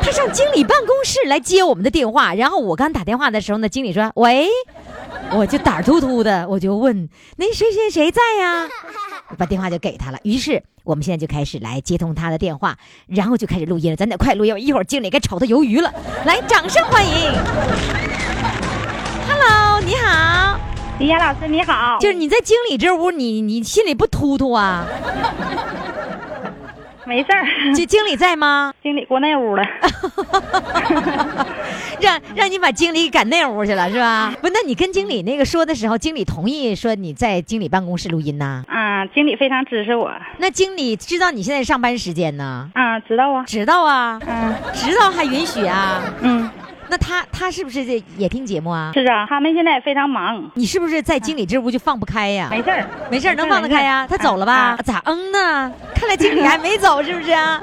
Speaker 3: 他上经理办公室来接我们的电话。然后我刚打电话的时候呢，经理说：“喂。”我就胆儿突突的，我就问：“那谁谁谁在呀、把电话就给他了。于是我们现在就开始来接通他的电话，然后就开始录音了。咱得快录音，一会儿经理该炒他鱿鱼了。来，掌声欢迎。Hello，你好。
Speaker 8: 李岩老师你好，
Speaker 3: 就是你在经理这屋，你你心里不突突啊？
Speaker 8: 没事儿，
Speaker 3: 这经理在吗？
Speaker 8: 经理过那屋了。
Speaker 3: <laughs> 让让你把经理赶那屋去了是吧？不，那你跟经理那个说的时候，经理同意说你在经理办公室录音呐、
Speaker 8: 啊，经理非常支持我。
Speaker 3: 那经理知道你现在上班时间呢？
Speaker 8: 啊，知道啊。
Speaker 3: 知道啊，
Speaker 8: 嗯
Speaker 3: 知道还允许啊？
Speaker 8: 嗯，
Speaker 3: 那他他是不是这也听节目啊？
Speaker 8: 是啊，他们现在也非常忙，
Speaker 3: 你是不是在经理这屋就放不开呀、
Speaker 8: 没事儿，
Speaker 3: 没事儿，能放得开呀、
Speaker 8: 没事
Speaker 3: 他
Speaker 8: 儿
Speaker 3: 走了吧？
Speaker 8: 啊
Speaker 3: 咋嗯呢？看来经理还没走，是不
Speaker 8: <laughs>
Speaker 3: 是啊？
Speaker 8: 啊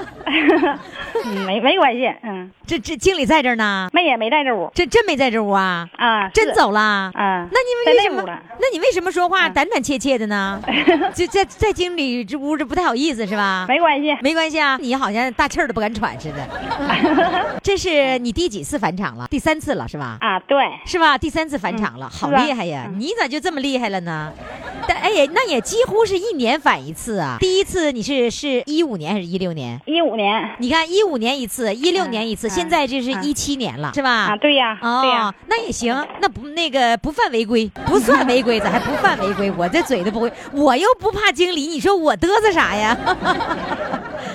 Speaker 8: 嗯没没关系，嗯，
Speaker 3: 这这经理在这儿呢，
Speaker 8: 妹也没在这屋
Speaker 3: 这真没在这屋啊？
Speaker 8: 啊，是
Speaker 3: 真走了？
Speaker 8: 啊，
Speaker 3: 那你
Speaker 8: 在
Speaker 3: 们为什
Speaker 8: 那
Speaker 3: 么
Speaker 8: 屋了？。啊
Speaker 3: 那你为什么说话胆胆怯怯的
Speaker 8: <laughs>
Speaker 3: 呢？就在在经理这屋这不太好意思是吧？
Speaker 8: 没关系，
Speaker 3: 没关系啊，你好像大气儿都不敢喘似的。
Speaker 8: <laughs>
Speaker 3: 这是你第几次返场了？第三次了是吧？
Speaker 8: 啊，对，
Speaker 3: 是吧？第三次返场了，好
Speaker 8: 是啊
Speaker 3: 厉害呀！
Speaker 8: 嗯
Speaker 3: 你咋就这么厉害了呢？但哎呀，那也几乎是一年返一次啊。第一次你是是一五年还是一六年？
Speaker 8: 一五年
Speaker 3: 你看一五年一次，一六
Speaker 8: 嗯
Speaker 3: 年一次，
Speaker 8: 嗯
Speaker 3: 现在这是
Speaker 8: 嗯
Speaker 3: 一七年了，是
Speaker 8: 啊，
Speaker 3: 吧？
Speaker 8: 对呀，对
Speaker 3: 哦
Speaker 8: 呀，，
Speaker 3: 那也行，那不那个不犯违规，不算违规，咋还不犯违规？我这嘴都不会，我又不怕经理，你说我嘚瑟啥呀？ <laughs>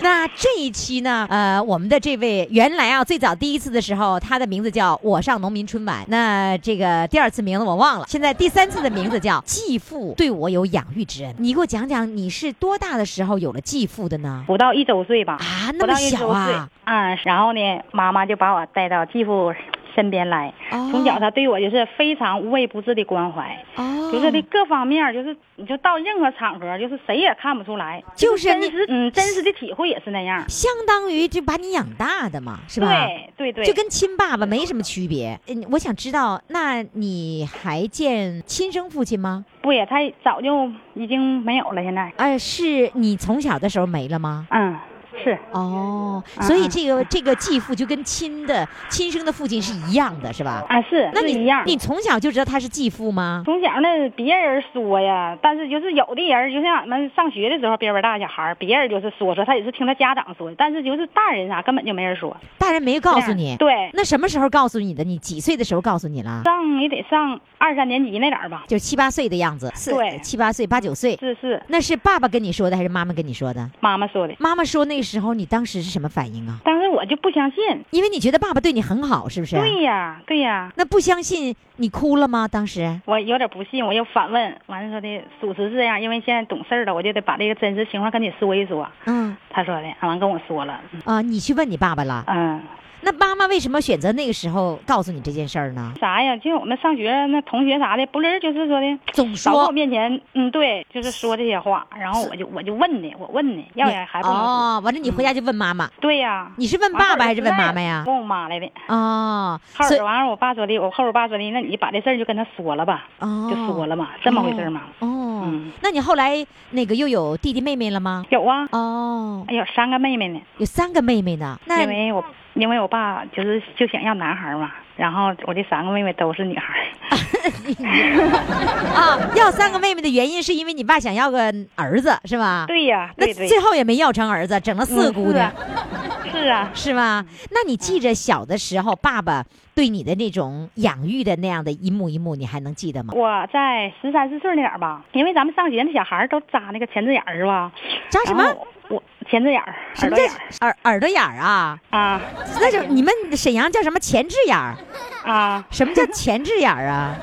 Speaker 3: 那这一期呢，呃，我们的这位原来啊，最早第一次的时候，他的名字叫《我上农民春晚》，那这个第二次名字我忘了，现在第三次的名字叫《继父对我有养育之恩》。你给我讲讲，你是多大的时候有了继父的呢？
Speaker 8: 不到一周岁吧，
Speaker 3: 啊，那
Speaker 8: 不
Speaker 3: 么
Speaker 8: 到一
Speaker 3: 小
Speaker 8: 周岁
Speaker 3: 啊，，
Speaker 8: 啊，然后呢，妈妈就把我带到继父身边来，
Speaker 3: 哦
Speaker 8: 从小他对我就是非常无微不至的关怀，
Speaker 3: 哦，
Speaker 8: 就是的各方面，就是你就到任何场合，就是谁也看不出来，
Speaker 3: 就是
Speaker 8: 真
Speaker 3: 你
Speaker 8: 实，嗯，真实的体会也是那样，
Speaker 3: 相当于就把你养大的嘛，是吧？
Speaker 8: 对对对，
Speaker 3: 就跟亲爸爸没什么区别。嗯，我想知道，那你还见亲生父亲吗？
Speaker 8: 不也他早就已经没有了，现在，
Speaker 3: 呃，是你从小的时候没了吗？
Speaker 8: 嗯，是
Speaker 3: 哦，
Speaker 8: 嗯
Speaker 3: 所以这个、这个继父就跟亲的亲生的父亲是一样的，是吧？
Speaker 8: 啊是，
Speaker 3: 那
Speaker 8: 是
Speaker 3: 你
Speaker 8: 一样。
Speaker 3: 你从小就知道他是继父吗？
Speaker 8: 从小呢，别人说呀，但是就是有的人，就像俺们上学的时候，边边大小孩儿，别人就是说说，他也是听他家长说的，但是就是大人啊啥根本就没人说。
Speaker 3: 大人没告诉你。
Speaker 8: 对，
Speaker 3: 那什么时候告诉你的？你几岁的时候告诉你了？
Speaker 8: 上也得上二三年级那点儿吧。
Speaker 3: 就七八岁的样子，四
Speaker 8: 对
Speaker 3: 七八岁八九岁。
Speaker 8: 是是，
Speaker 3: 那是爸爸跟你说的还是妈妈跟你说的？
Speaker 8: 妈妈说的。
Speaker 3: 妈妈说那时候你当时是什么反应啊？
Speaker 8: 当时我就不相信。
Speaker 3: 因为你觉得爸爸对你很好，是不是？
Speaker 8: 对呀，对呀，
Speaker 3: 啊那不相信你哭了吗？当时
Speaker 8: 我有点不信，我又反问，完了说的属实是这样，因为现在懂事儿了，我就得把这个真实情况跟你说一说。
Speaker 3: 嗯
Speaker 8: 他说的，完跟我说了，
Speaker 3: 啊、你去问你爸爸了。
Speaker 8: 嗯，
Speaker 3: 那妈妈为什么选择那个时候告诉你这件事儿呢？
Speaker 8: 啥呀？就我们上学那同学啥的，不是就是说的。
Speaker 3: 总
Speaker 8: 少在我
Speaker 3: 说
Speaker 8: 面前，嗯，对，就是说这些话，然后我就我就问你，我问你，要不然还不能说。
Speaker 3: 哦，完了你回家就问妈妈，
Speaker 8: 对呀、
Speaker 3: 你是问爸爸还是问妈妈呀？
Speaker 8: 问我妈来的。
Speaker 3: 哦，
Speaker 8: 后
Speaker 3: 所以
Speaker 8: 儿完了，我爸说的，我后儿我爸说的，那你把这事儿就跟他说了吧，
Speaker 3: 哦
Speaker 8: 就说了嘛，这么回事嘛。
Speaker 3: 哦，
Speaker 8: 嗯
Speaker 3: 那你后来那个又有弟弟妹妹了吗？
Speaker 8: 有啊，
Speaker 3: 哦，
Speaker 8: 哎有三个妹妹呢，
Speaker 3: 有三个妹妹呢。那
Speaker 8: 因为我因为我爸就是就想要男孩嘛，然后我这三个妹妹都是女孩儿。
Speaker 3: <laughs> 啊，要三个妹妹的原因是因为你爸想要个儿子是吧？。
Speaker 8: 对呀、
Speaker 3: 啊那
Speaker 8: 对对，
Speaker 3: 最后也没要成儿子，整了四个
Speaker 8: 嗯
Speaker 3: 姑娘。
Speaker 8: 是啊，是啊，
Speaker 3: 是吧？
Speaker 9: 嗯
Speaker 3: 那你记着小的时候爸爸对你的那种养育的那样的一幕一幕，你还能记得吗？
Speaker 8: 我在十三四岁那点儿吧，因为咱们上学那小孩儿都扎那个钳子眼儿是吧？
Speaker 3: 扎什
Speaker 8: 然
Speaker 3: 么
Speaker 8: 后？
Speaker 9: 我前置眼儿，
Speaker 3: 什
Speaker 9: 耳
Speaker 3: 么
Speaker 9: 朵
Speaker 3: 叫
Speaker 9: 眼儿
Speaker 3: 耳耳朵眼儿啊？
Speaker 9: 啊
Speaker 3: 那就你们沈阳叫什么前置眼儿？
Speaker 9: 啊，
Speaker 3: 什么叫前置眼儿啊？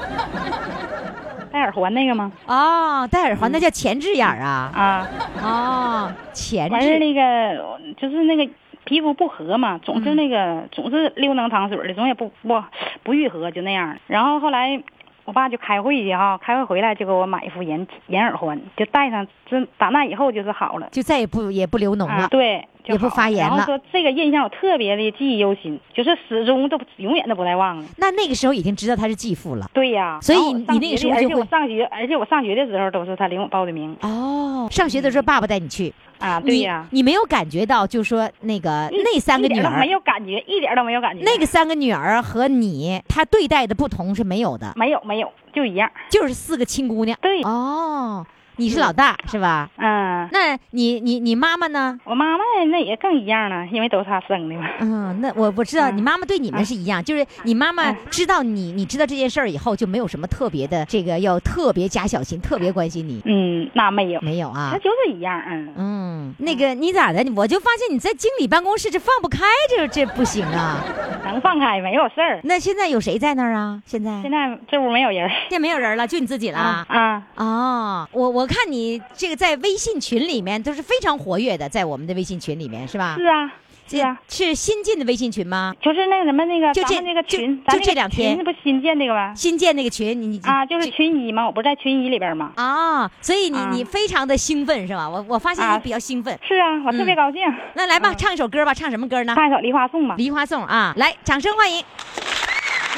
Speaker 9: 戴耳环那个吗？嗯
Speaker 3: 哦，戴耳环那叫前置眼儿啊？
Speaker 9: 啊，
Speaker 3: 哦，前
Speaker 9: 完事儿
Speaker 3: 置。
Speaker 9: 那个就是那个皮肤不和嘛，总是那
Speaker 3: 嗯
Speaker 9: 个、总是溜能淌水儿的，总也不不不愈合，就那样儿。然后后来我爸就开会去哈，开会回来就给我买一副眼眼耳环，就戴上，这打那以后就是好了。
Speaker 3: 就再也不也不流脓了。
Speaker 9: 啊，对，就
Speaker 3: 也不
Speaker 9: 好
Speaker 3: 发炎
Speaker 9: 然
Speaker 3: 了
Speaker 9: 后说这个印象我特别的记忆犹新，就是始终都不永远都不带忘了。
Speaker 3: 那那个时候已经知道他是继父了。
Speaker 9: 对呀、
Speaker 3: 所以
Speaker 9: 然后我
Speaker 3: 你
Speaker 9: 上
Speaker 3: 那个
Speaker 9: 学
Speaker 3: 时候
Speaker 9: 的而
Speaker 3: 就
Speaker 9: 且我
Speaker 3: 会
Speaker 9: 上学，而且我上学的时候都是他领我报的名
Speaker 3: 哦，上学的
Speaker 9: 嗯
Speaker 3: 时候爸爸带你去，
Speaker 9: 啊，对
Speaker 3: 你
Speaker 9: 呀、
Speaker 3: 你没有感觉到，就说那个
Speaker 9: 一
Speaker 3: 那三个
Speaker 9: 一点
Speaker 3: 女
Speaker 9: 都
Speaker 3: 儿
Speaker 9: 没，有感觉，一点都没有感觉，
Speaker 3: 那个三个女儿和你，她对待的不同是没有的，
Speaker 9: 没有没有就一样，
Speaker 3: 就是四个亲姑娘。
Speaker 9: 对，
Speaker 3: 哦，你是老大是吧？
Speaker 9: 嗯。
Speaker 3: 那你你你妈妈呢？
Speaker 9: 我妈妈那也更一样了，因为都是她生的嘛。
Speaker 3: 嗯，那我我知道，
Speaker 9: 嗯
Speaker 3: 你妈妈对你们是一样，就是你妈妈知道你，你知道这件事儿以后，就没有什么特别的，这个要特别加小心，特别关心你，
Speaker 9: 嗯，那没有，
Speaker 3: 没有啊？
Speaker 9: 她就是一样，嗯。
Speaker 3: 嗯，那个你咋的？我就发现你在经理办公室这放不开，这这不行啊。
Speaker 9: <laughs> 能放开没有事儿。
Speaker 3: 那现在有谁在那儿啊？现在
Speaker 9: 现在这屋没有人儿
Speaker 3: 现在没有人了，就你自己了。
Speaker 9: 啊啊，
Speaker 3: 哦，我我看你这个在微信群里面都是非常活跃的，在我们的微信群里面是吧
Speaker 9: 是？啊，
Speaker 3: 这
Speaker 9: 是啊，
Speaker 3: 是新进的微信群吗？
Speaker 9: 就是那个什么那个
Speaker 3: 就
Speaker 9: 咱
Speaker 3: 这
Speaker 9: 们那个
Speaker 3: 就
Speaker 9: 群，
Speaker 3: 就
Speaker 9: 咱那个
Speaker 3: 这两天
Speaker 9: 群那不新建那个吗？
Speaker 3: 新建那个群，你你
Speaker 9: 啊，就是群一嘛，我不是在群一里边吗？
Speaker 3: 啊、所以你、
Speaker 9: 啊
Speaker 3: 你非常的兴奋是吧？我我发现
Speaker 9: 啊
Speaker 3: 你比较兴奋。
Speaker 9: 是啊，我特别
Speaker 3: 嗯
Speaker 9: 高兴。啊
Speaker 3: 那来吧，唱一首歌吧，唱什么歌呢？
Speaker 9: 唱一首《梨花颂》吧。
Speaker 3: 梨花颂啊，来，掌声欢迎。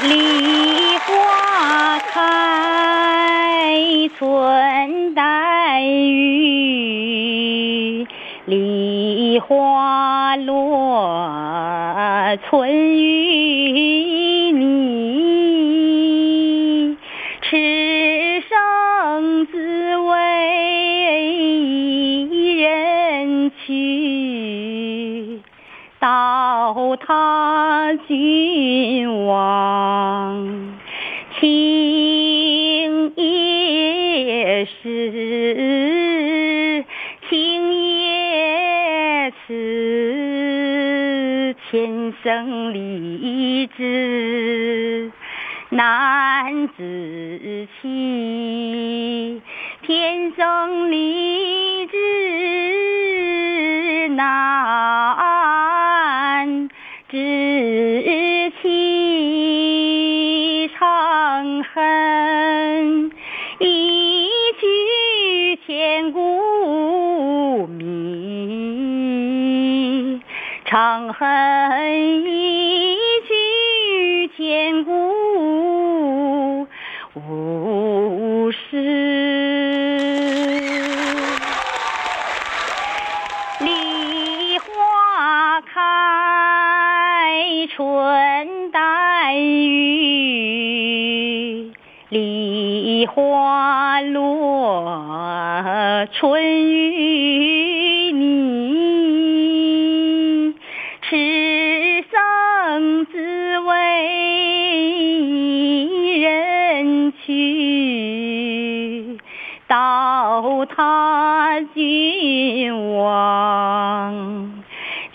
Speaker 9: 梨花开，春带雨；梨花落，春与你。此生只为一人去。到他君王，情也是，情也痴，前生离枝。难自弃，天生丽质难自弃，长恨一曲千古迷。长恨一曲千古无事。梨花开，春带雨；梨花落，春与你。此生只为一人去。到他君王，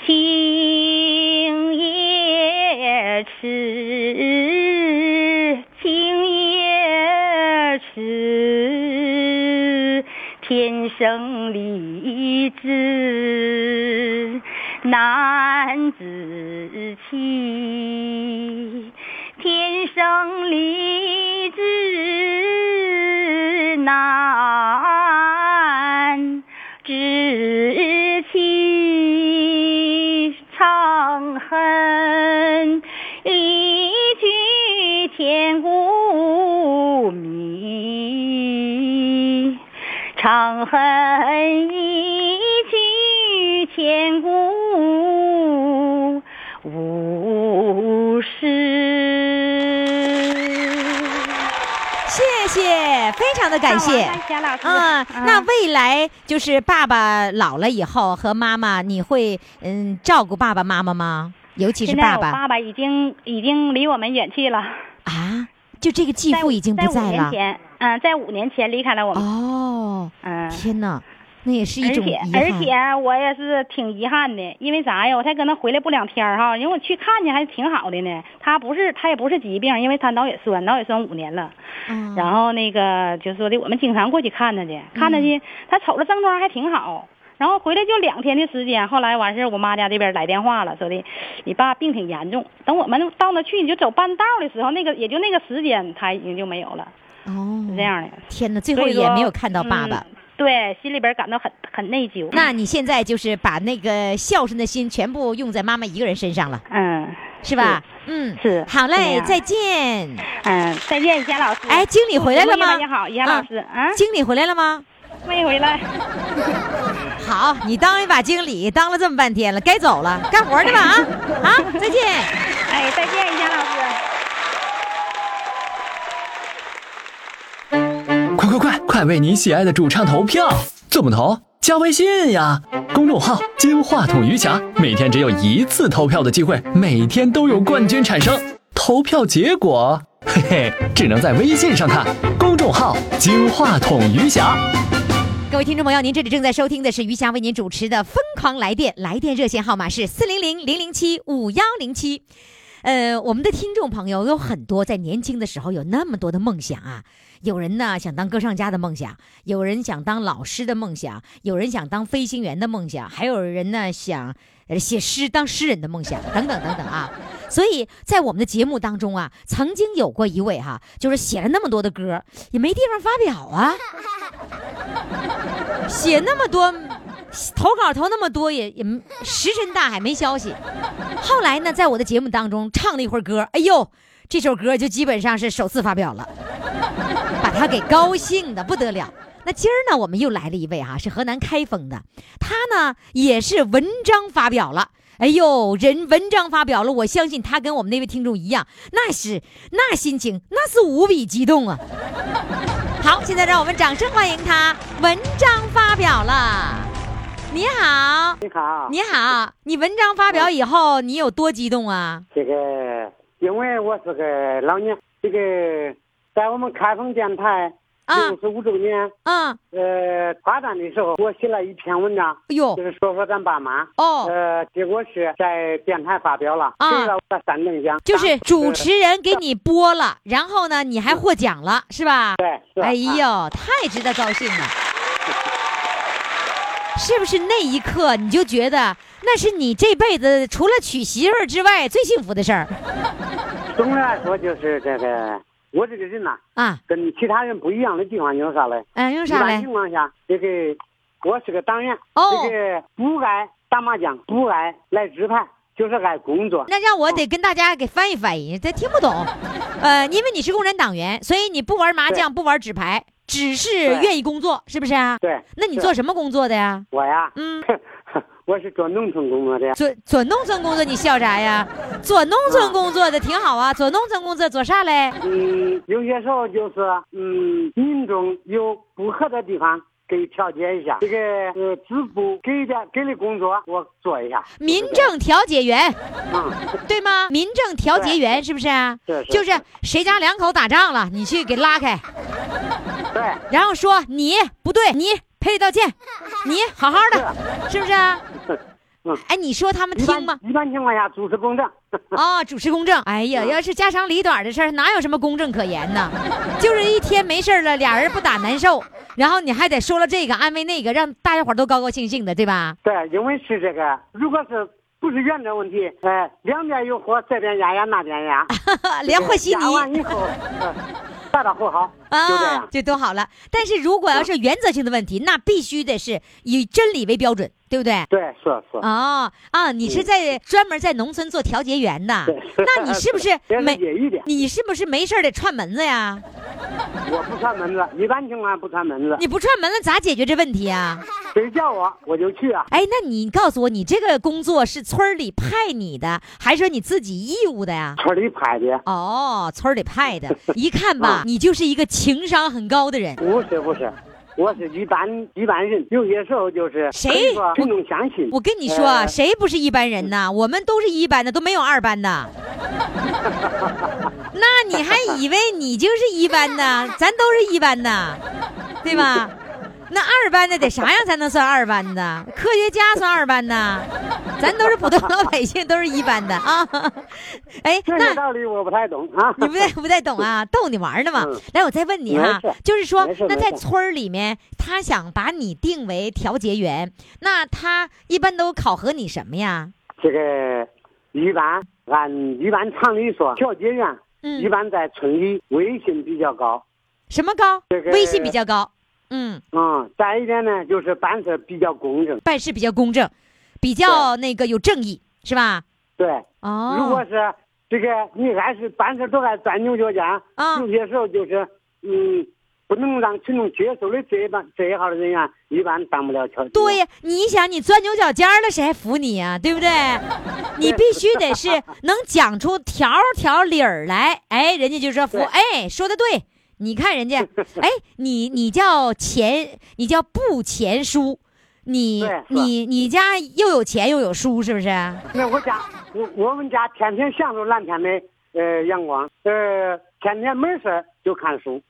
Speaker 9: 情也痴，情也痴，天生丽质难自弃。天生丽质难自弃，长恨一曲千古迷。长恨一曲千古无事。
Speaker 3: 谢谢，非常的感谢。
Speaker 9: 感谢老师。
Speaker 3: 嗯，
Speaker 9: 啊
Speaker 3: 那未来就是爸爸老了以后和妈妈，你会嗯照顾爸爸妈妈吗？尤其是
Speaker 9: 现在
Speaker 3: 爸
Speaker 9: 我
Speaker 3: 爸
Speaker 9: 爸爸已经已经离我们远去了，
Speaker 3: 啊，就这个继
Speaker 9: 在
Speaker 3: 父已经不
Speaker 9: 在五
Speaker 3: 在
Speaker 9: 年
Speaker 3: 了。
Speaker 9: 前，嗯，在五年前离开了我们。
Speaker 3: 哦，
Speaker 9: 嗯
Speaker 3: 天哪！那也是一
Speaker 8: 而
Speaker 3: 种
Speaker 8: 且
Speaker 3: 遗憾。
Speaker 8: 而且我也是挺遗憾的，因为啥呀？我才搁那回来不两天儿哈，因为我去看去还挺好的呢。他不是他也不是疾病，因为他脑血栓，脑血栓五年了。
Speaker 3: 嗯，
Speaker 8: 然后那个就说的，我们经常过去看他去，看他
Speaker 3: 嗯
Speaker 8: 去，他瞅着症状还挺好。然后回来就两天的时间，后来完事儿，我妈家这边来电话了，说的你爸病挺严重。等我们到那去，你就走半道的时候，那个也就那个时间，他已经就没有了，
Speaker 3: 哦，
Speaker 8: 是这。样的。
Speaker 3: 天哪，最
Speaker 8: 所
Speaker 3: 后
Speaker 8: 以说
Speaker 3: 也没有看到爸爸。
Speaker 8: 嗯对，心里边感到很很内疚。
Speaker 3: 那你现在就是把那个孝顺的心全部用在妈妈一个人身上了，
Speaker 8: 嗯，
Speaker 3: 是吧？嗯，
Speaker 8: 是
Speaker 3: 好嘞，
Speaker 8: 是这
Speaker 3: 再
Speaker 8: 样
Speaker 3: 见。
Speaker 8: 嗯，再见，严老师。
Speaker 3: 哎，经理回来了吗？
Speaker 8: 你好，严老师啊，
Speaker 3: 经理回来了吗？
Speaker 8: <laughs> 没回来。
Speaker 3: <laughs> 好，你当一把经理，当了这么半天了，该走了，干活去吧啊啊！再见。
Speaker 8: 哎，再见，严老师。
Speaker 1: 快快快，快为你喜爱的主唱投票！怎么投？加微信呀，公众号“金话筒余霞”，每天只有一次投票的机会，每天都有冠军产生。投票结果，嘿嘿，只能在微信上看。公众号“金话筒余霞”。
Speaker 3: 各位听众朋友，您这里正在收听的是余霞为您主持的《疯狂来电》，来电热线号码是四零零零零七五幺零七。呃，我们的听众朋友有很多，在年轻的时候有那么多的梦想啊，有人呢想当歌唱家的梦想，有人想当老师的梦想，有人想当飞行员的梦想，还有人呢想呃写诗当诗人的梦想，等等等等啊。所以在我们的节目当中啊，曾经有过一位哈、就是写了那么多的歌，也没地方发表啊。写那么多，投稿投那么多，也也石沉大海，没消息。后来呢，在我的节目当中唱了一会儿歌，哎呦，这首歌就基本上是首次发表了，把他给高兴的不得了。那今儿呢，我们又来了一位哈、啊是河南开封的，他呢也是文章发表了。哎呦，人文章发表了，我相信他跟我们那位听众一样，那是那心情，那是无比激动啊！好，现在让我们掌声欢迎他。文章发表了，你好，
Speaker 10: 你好，
Speaker 3: 你好，你文章发表以后，你有多激动啊？
Speaker 10: 这个，因为我是个老年，这个在我们开封电台
Speaker 3: 啊
Speaker 10: 六十五周年
Speaker 3: 嗯，
Speaker 10: 呃发展的时候，我写了一篇文章，
Speaker 3: 哎呦
Speaker 10: 就，是说说咱爸妈。
Speaker 3: 哦，
Speaker 10: 呃，结果是在电台发表了，
Speaker 3: 啊
Speaker 10: 得了我三等奖，啊
Speaker 3: 就是主持人给你播了，然后呢，你还获奖了，是吧？
Speaker 10: 对，是
Speaker 3: 哎
Speaker 10: 啊
Speaker 3: 呦，太值得高兴
Speaker 10: <laughs>
Speaker 3: 了。是不是那一刻你就觉得那是你这辈子除了娶媳妇儿之外最幸福的事儿
Speaker 10: 总的来说就是这个，我这个人呐、
Speaker 3: 啊？
Speaker 10: 跟其他人不一样的地方有啥嘞？
Speaker 3: 嗯，用
Speaker 10: 一
Speaker 3: 啥
Speaker 10: 般
Speaker 3: 嘞
Speaker 10: 情？况下，这个我是个党员，
Speaker 3: 哦
Speaker 10: 这个不爱打麻将，不爱来纸牌，就是爱工作。
Speaker 3: 那让我得跟大家给翻译翻译，他听不
Speaker 10: <laughs>
Speaker 3: 懂。呃，因为你是共产党员，所以你不玩麻将，不玩纸牌，只是
Speaker 10: 对
Speaker 3: 愿意工作，是不是啊？
Speaker 10: 对，
Speaker 3: 那你
Speaker 10: 是
Speaker 3: 做什么工作的呀？
Speaker 10: 我呀，
Speaker 3: 嗯，
Speaker 10: <laughs> 我是做农村工作的，
Speaker 3: 做做农村工作，你笑啥呀？做农村工作的挺好啊，做农村工作做啥嘞？
Speaker 10: 嗯，有些时候就是，嗯，民众有不合的地方，给调解一下。这个呃，支部给的给的工作，我做一下。
Speaker 3: 民政调解员，
Speaker 10: 嗯，
Speaker 3: 对吗？民政调解员是不是啊？
Speaker 10: 是是
Speaker 3: 就是谁家两口打仗了，你去给拉开，
Speaker 10: 对，
Speaker 3: 然后说你不对，你赔礼道歉，你好好的，是不是啊？
Speaker 10: <laughs> 嗯
Speaker 3: 哎，你说他们
Speaker 10: 一般
Speaker 3: 听吗？
Speaker 10: 一般情况下主持公正。嗯
Speaker 3: 啊、主持公正。哎呀，要是家长里短的事儿，哪有什么公正可言呢？就是一天没事儿了，俩人不打难受，然后你还得说了这个安慰那个，让大家伙儿都高高兴兴的，对吧？
Speaker 10: 对，因为是这个，如果是不是原则问题，呃，两边有火，这边压压，那边
Speaker 3: <laughs>
Speaker 10: 压，
Speaker 3: 连和稀泥
Speaker 10: 压完以后，呃，大大后好，就这
Speaker 3: 啊
Speaker 10: 样，。嗯
Speaker 3: 这都好了。但是如果要是原则性的问题，那必须得是以真理为标准，对不对？
Speaker 10: 对，是是。
Speaker 3: 哦啊，你是在专门在农村做调解员的
Speaker 10: 对，
Speaker 3: <laughs> 那你
Speaker 10: <laughs>
Speaker 3: 是不是
Speaker 10: 别理
Speaker 3: 没？
Speaker 10: 解一点，
Speaker 3: 你是不是没事儿得串门子呀？
Speaker 10: 我不串门子，一般情况下不串门子。
Speaker 3: 你不串门子咋解决这问题啊？
Speaker 10: 谁叫我我就去啊。
Speaker 3: 哎，那你告诉我，你这个工作是村儿里派你的，还是说你自己义务的呀？
Speaker 10: 村里拍的，嗯
Speaker 3: 哦，村儿里派
Speaker 10: <laughs>
Speaker 3: 的，一看吧，你就是一个情商很高的人。
Speaker 10: 不是不是，我是一般一般人，有些时候就是
Speaker 3: 谁
Speaker 10: 可以说群众相信。
Speaker 3: 我跟你说啊，
Speaker 10: 呃
Speaker 3: 谁不是一般人呐？我们都是一班的，都没有二班的。那你还以为你就是一班呢？咱都是一班的，对吧？那二班的得啥样才能算二班的？科学家算二班的，咱都是普通老百姓，都是一班的啊。哎，
Speaker 10: 这个
Speaker 3: 那
Speaker 10: 道理我不太懂啊。
Speaker 3: 你不太不太懂啊，逗你玩呢嘛。
Speaker 10: 嗯
Speaker 3: 来，我再问你哈
Speaker 10: 没事，
Speaker 3: 就是说
Speaker 10: 没事，
Speaker 3: 那在
Speaker 10: 没事
Speaker 3: 村儿里面，他想把你定为调解员，那他一般都考核你什么呀？
Speaker 10: 这个一般按一般常理说，调解员
Speaker 3: 嗯
Speaker 10: 一般在村里威信比较高。
Speaker 3: 什么高
Speaker 10: 这？个
Speaker 3: 威信比较高，嗯，
Speaker 10: 嗯，再一点呢，就是办事比较公正。
Speaker 3: 办事比较公正，比较那个有正义，是吧？
Speaker 10: 对，
Speaker 3: 哦，
Speaker 10: 如果是这个你还是办事都爱钻牛角尖，
Speaker 3: 啊
Speaker 10: 有些时候就是嗯，不能让群众接受的这一帮这一号的人员，一般当不了调
Speaker 3: 哎
Speaker 10: 解。
Speaker 3: 对，呀，你想你钻牛角尖儿了，谁还服你呀、对
Speaker 10: <laughs>
Speaker 3: 不对？你必须得是能讲出条条理儿来，哎，人家就说服，
Speaker 10: 对
Speaker 3: 哎，说的对。你看人
Speaker 10: <laughs>
Speaker 3: 家，哎，你你叫钱，你叫不钱叔，你
Speaker 10: 对是
Speaker 3: 你你家又有钱又有书，是不是？啊
Speaker 10: 那我家我我们家天天享受蓝天的呃阳光，呃，天天没事儿就看书，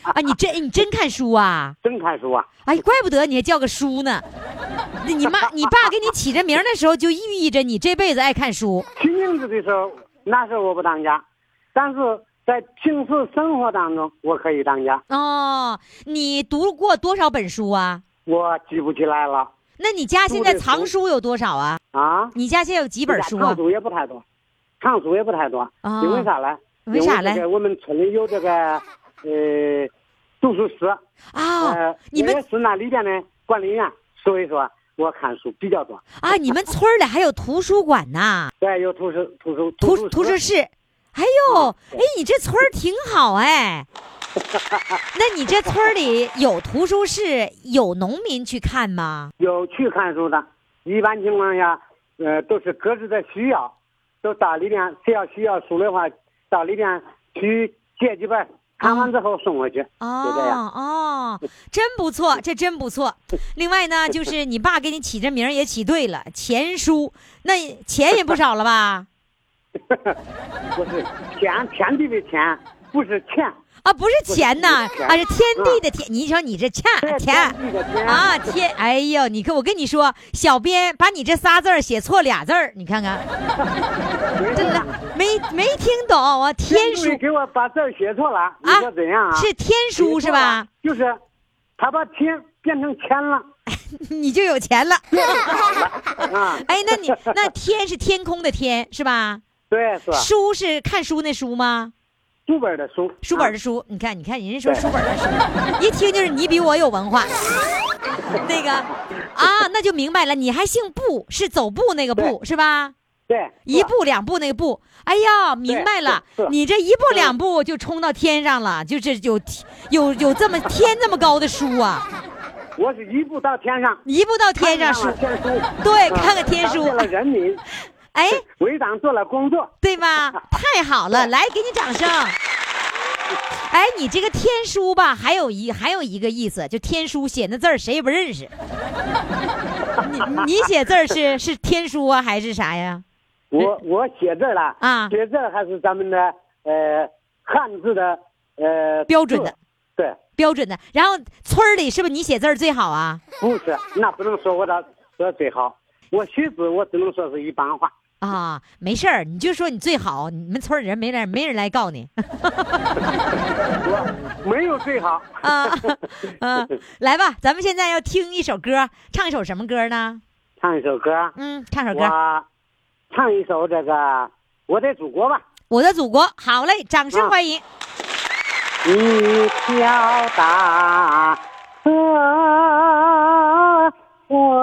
Speaker 3: 啊，你真你真看书啊？
Speaker 10: 真看书啊。
Speaker 3: 哎，怪不得你还叫个叔呢。那你妈你爸给你起这名儿的时候，就寓意着你这辈子爱看
Speaker 10: <laughs>
Speaker 3: 书。
Speaker 10: 起名字的时候，那时候我不当家，但是在平时生活当中，我可以当家。
Speaker 3: 哦，你读过多少本书啊？
Speaker 10: 我记不起来了
Speaker 3: 那你家现在藏书有多少啊？
Speaker 10: 啊，
Speaker 3: 你家现在有几本书
Speaker 10: 藏
Speaker 3: 啊？
Speaker 10: 书也不太多，藏书也不太多，
Speaker 3: 啊
Speaker 10: 因为啥嘞？
Speaker 3: 为啥嘞
Speaker 10: 因这个我们村里有这个呃读书室，
Speaker 3: 啊
Speaker 10: 呃，，
Speaker 3: 你
Speaker 10: 我
Speaker 3: 们
Speaker 10: 也是那里边的管理员，所以说我看书比较多。
Speaker 3: 啊，你们村儿里还有图书馆呐，
Speaker 10: 对，有图书图书
Speaker 3: 图图
Speaker 10: 书
Speaker 3: 书
Speaker 10: 室嗯
Speaker 3: 室。哎呦，哎，你这村儿挺好
Speaker 10: <laughs>
Speaker 3: 哎。那你这村儿里有图书室，有农民去看吗？
Speaker 10: 有去看书的，一般情况下，呃，都是各自的需要，都到里边，谁要需要书的话，到里边去借几本，看完之后送回去，就这样。嗯
Speaker 3: 哦哦，真不错，这真不错。另外呢，就是你爸给你起这名儿也起对了，钱叔，那钱也不少了吧？
Speaker 10: 不是天天地的天，不是钱，
Speaker 3: 啊，不是钱呐，
Speaker 10: 不是钱
Speaker 3: 啊是天地的天。你瞧你这
Speaker 10: 对
Speaker 3: 欠
Speaker 10: 天
Speaker 3: 钱
Speaker 10: 地的天
Speaker 3: 啊天，哎呦，你看我跟你说，小编把你这仨字儿写错俩字儿，你看
Speaker 10: <laughs>
Speaker 3: 看，真的没没听懂啊，天
Speaker 10: 注
Speaker 3: 书
Speaker 10: 意给我把字儿写错了，你说怎样啊？
Speaker 3: 是天书是吧？？
Speaker 10: 就是，他把天变成钱了
Speaker 3: 你就有钱了。
Speaker 10: <laughs> 啊！
Speaker 3: 哎，那你那天是天空的天是吧？
Speaker 10: 对，是吧？
Speaker 3: 书是看书那书吗？
Speaker 10: 书本的书，
Speaker 3: 书本
Speaker 10: 的
Speaker 3: 的书，你看，你看，人家说
Speaker 10: 对
Speaker 3: 书本的书， <laughs> 一听就是你比我有文化。 <laughs> 那个啊，那就明白了，你还姓步，是走步那个步是吧？
Speaker 10: 对，
Speaker 3: 一
Speaker 10: 是吧
Speaker 3: 步两步那个步，哎呀，明白了
Speaker 10: 是嗯是，
Speaker 3: 你这一步两步就冲到天上了，就是有有有这么天这么高的书啊，
Speaker 10: 我是一步到天上，
Speaker 3: 一步到天上书
Speaker 10: 看，上了天书，
Speaker 3: <laughs> 对，
Speaker 10: 啊
Speaker 3: 看看天书
Speaker 10: 为，了人民，
Speaker 3: <laughs> 哎，
Speaker 10: 为党做了工作。
Speaker 3: 对
Speaker 10: <laughs>
Speaker 3: 吧？太好了，来，给你掌声。 <laughs> 哎，你这个天书吧，还有一还有一个意思，就天书写那字儿谁也不认识。你你写字儿是是天书啊，还是啥呀？
Speaker 10: 我我写字儿了
Speaker 3: 啊
Speaker 10: 写字儿还是咱们的呃汉字的呃
Speaker 3: 标准的
Speaker 10: 字对，
Speaker 3: 标准的。然后村儿里是不是你写字儿最好啊？
Speaker 10: 不是那不能说我的说最好，我写字我只能说是一般化，
Speaker 3: 啊，没事儿，你就说你最好，你们村儿里人没人没人来告你
Speaker 10: 我 <laughs> 没有最好。
Speaker 3: <laughs> 啊。嗯、来吧，咱们现在要听一首歌，唱一首什么歌呢？
Speaker 10: 唱一首歌，
Speaker 3: 嗯，唱首歌《
Speaker 10: 我唱一首这个我的祖国吧。
Speaker 3: 我的祖国》。好嘞，掌声
Speaker 10: 啊
Speaker 3: 欢迎。
Speaker 10: 你敲打着我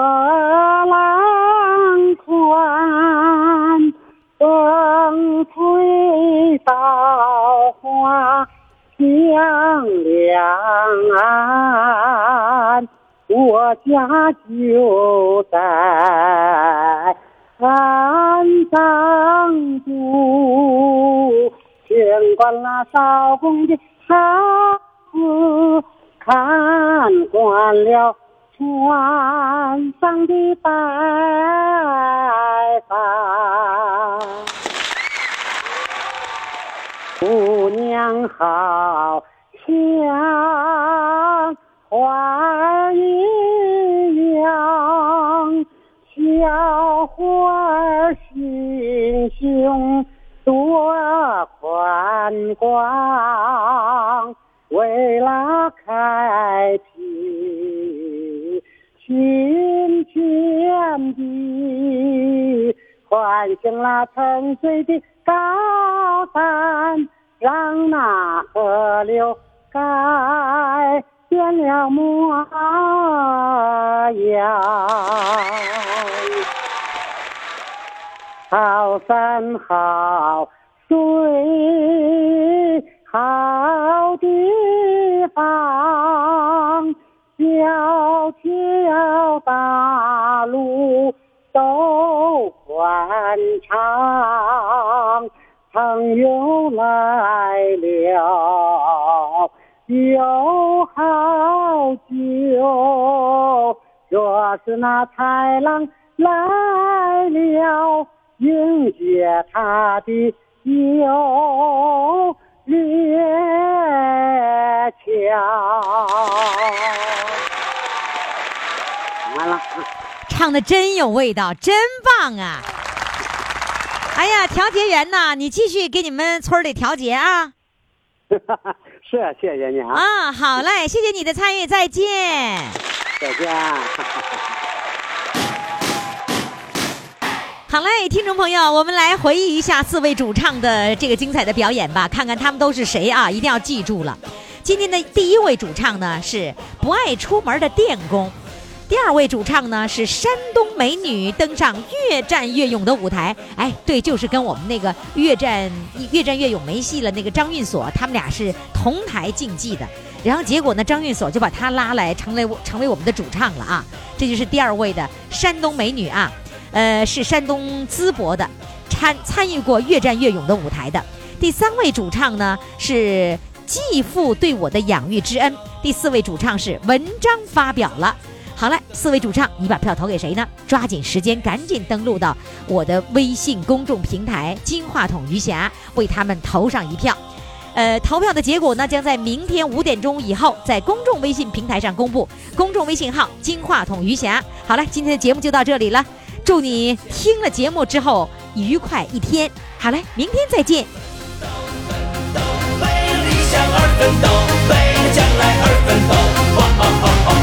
Speaker 10: 郎宽，风吹稻花香两岸，我家就在山上住。听惯了少公的汉子，看惯了船上的白帆。姑娘好像花儿一
Speaker 11: 花心胸多宽广，为了开辟群间地，唤醒了沉睡的高山，让那河流改变了模样。好山好水好地方，条条大路都宽敞，朋友来了有好酒，若是那豺狼来了。迎接他的有列强。完了，
Speaker 3: 唱的真有味道，真棒啊！哎呀，调解员呐，你继续给你们村儿里调解啊！
Speaker 10: <laughs> 是啊，谢谢你啊，
Speaker 3: 啊，好嘞，谢谢你的参与，再见。
Speaker 10: 再见。
Speaker 3: 好嘞，听众朋友，我们来回忆一下四位主唱的这个精彩的表演吧，看看他们都是谁啊！一定要记住了。今天的第一位主唱呢是不爱出门的电工，第二位主唱呢是山东美女登上越战越勇的舞台。哎，对，就是跟我们那个越战越战越勇没戏了那个张运锁，他们俩是同台竞技的。然后结果呢，张运锁就把他拉来，成为我成为我们的主唱了啊！这就是第二位的山东美女啊。呃，是山东淄博的，参参与过越战越勇的舞台的。第三位主唱呢是继父对我的养育之恩。第四位主唱是文章发表了。好嘞，四位主唱，你把票投给谁呢？抓紧时间，赶紧登录到我的微信公众平台“金话筒余霞”，为他们投上一票。呃，投票的结果呢，将在明天五点钟以后在公众微信平台上公布。公众微信号“金话筒余霞”。好了，今天的节目就到这里了。祝你听了节目之后愉快一天。好嘞，明天再见。
Speaker 12: 为了理想而奋斗，为了将来而奋斗。哇哦哦哦！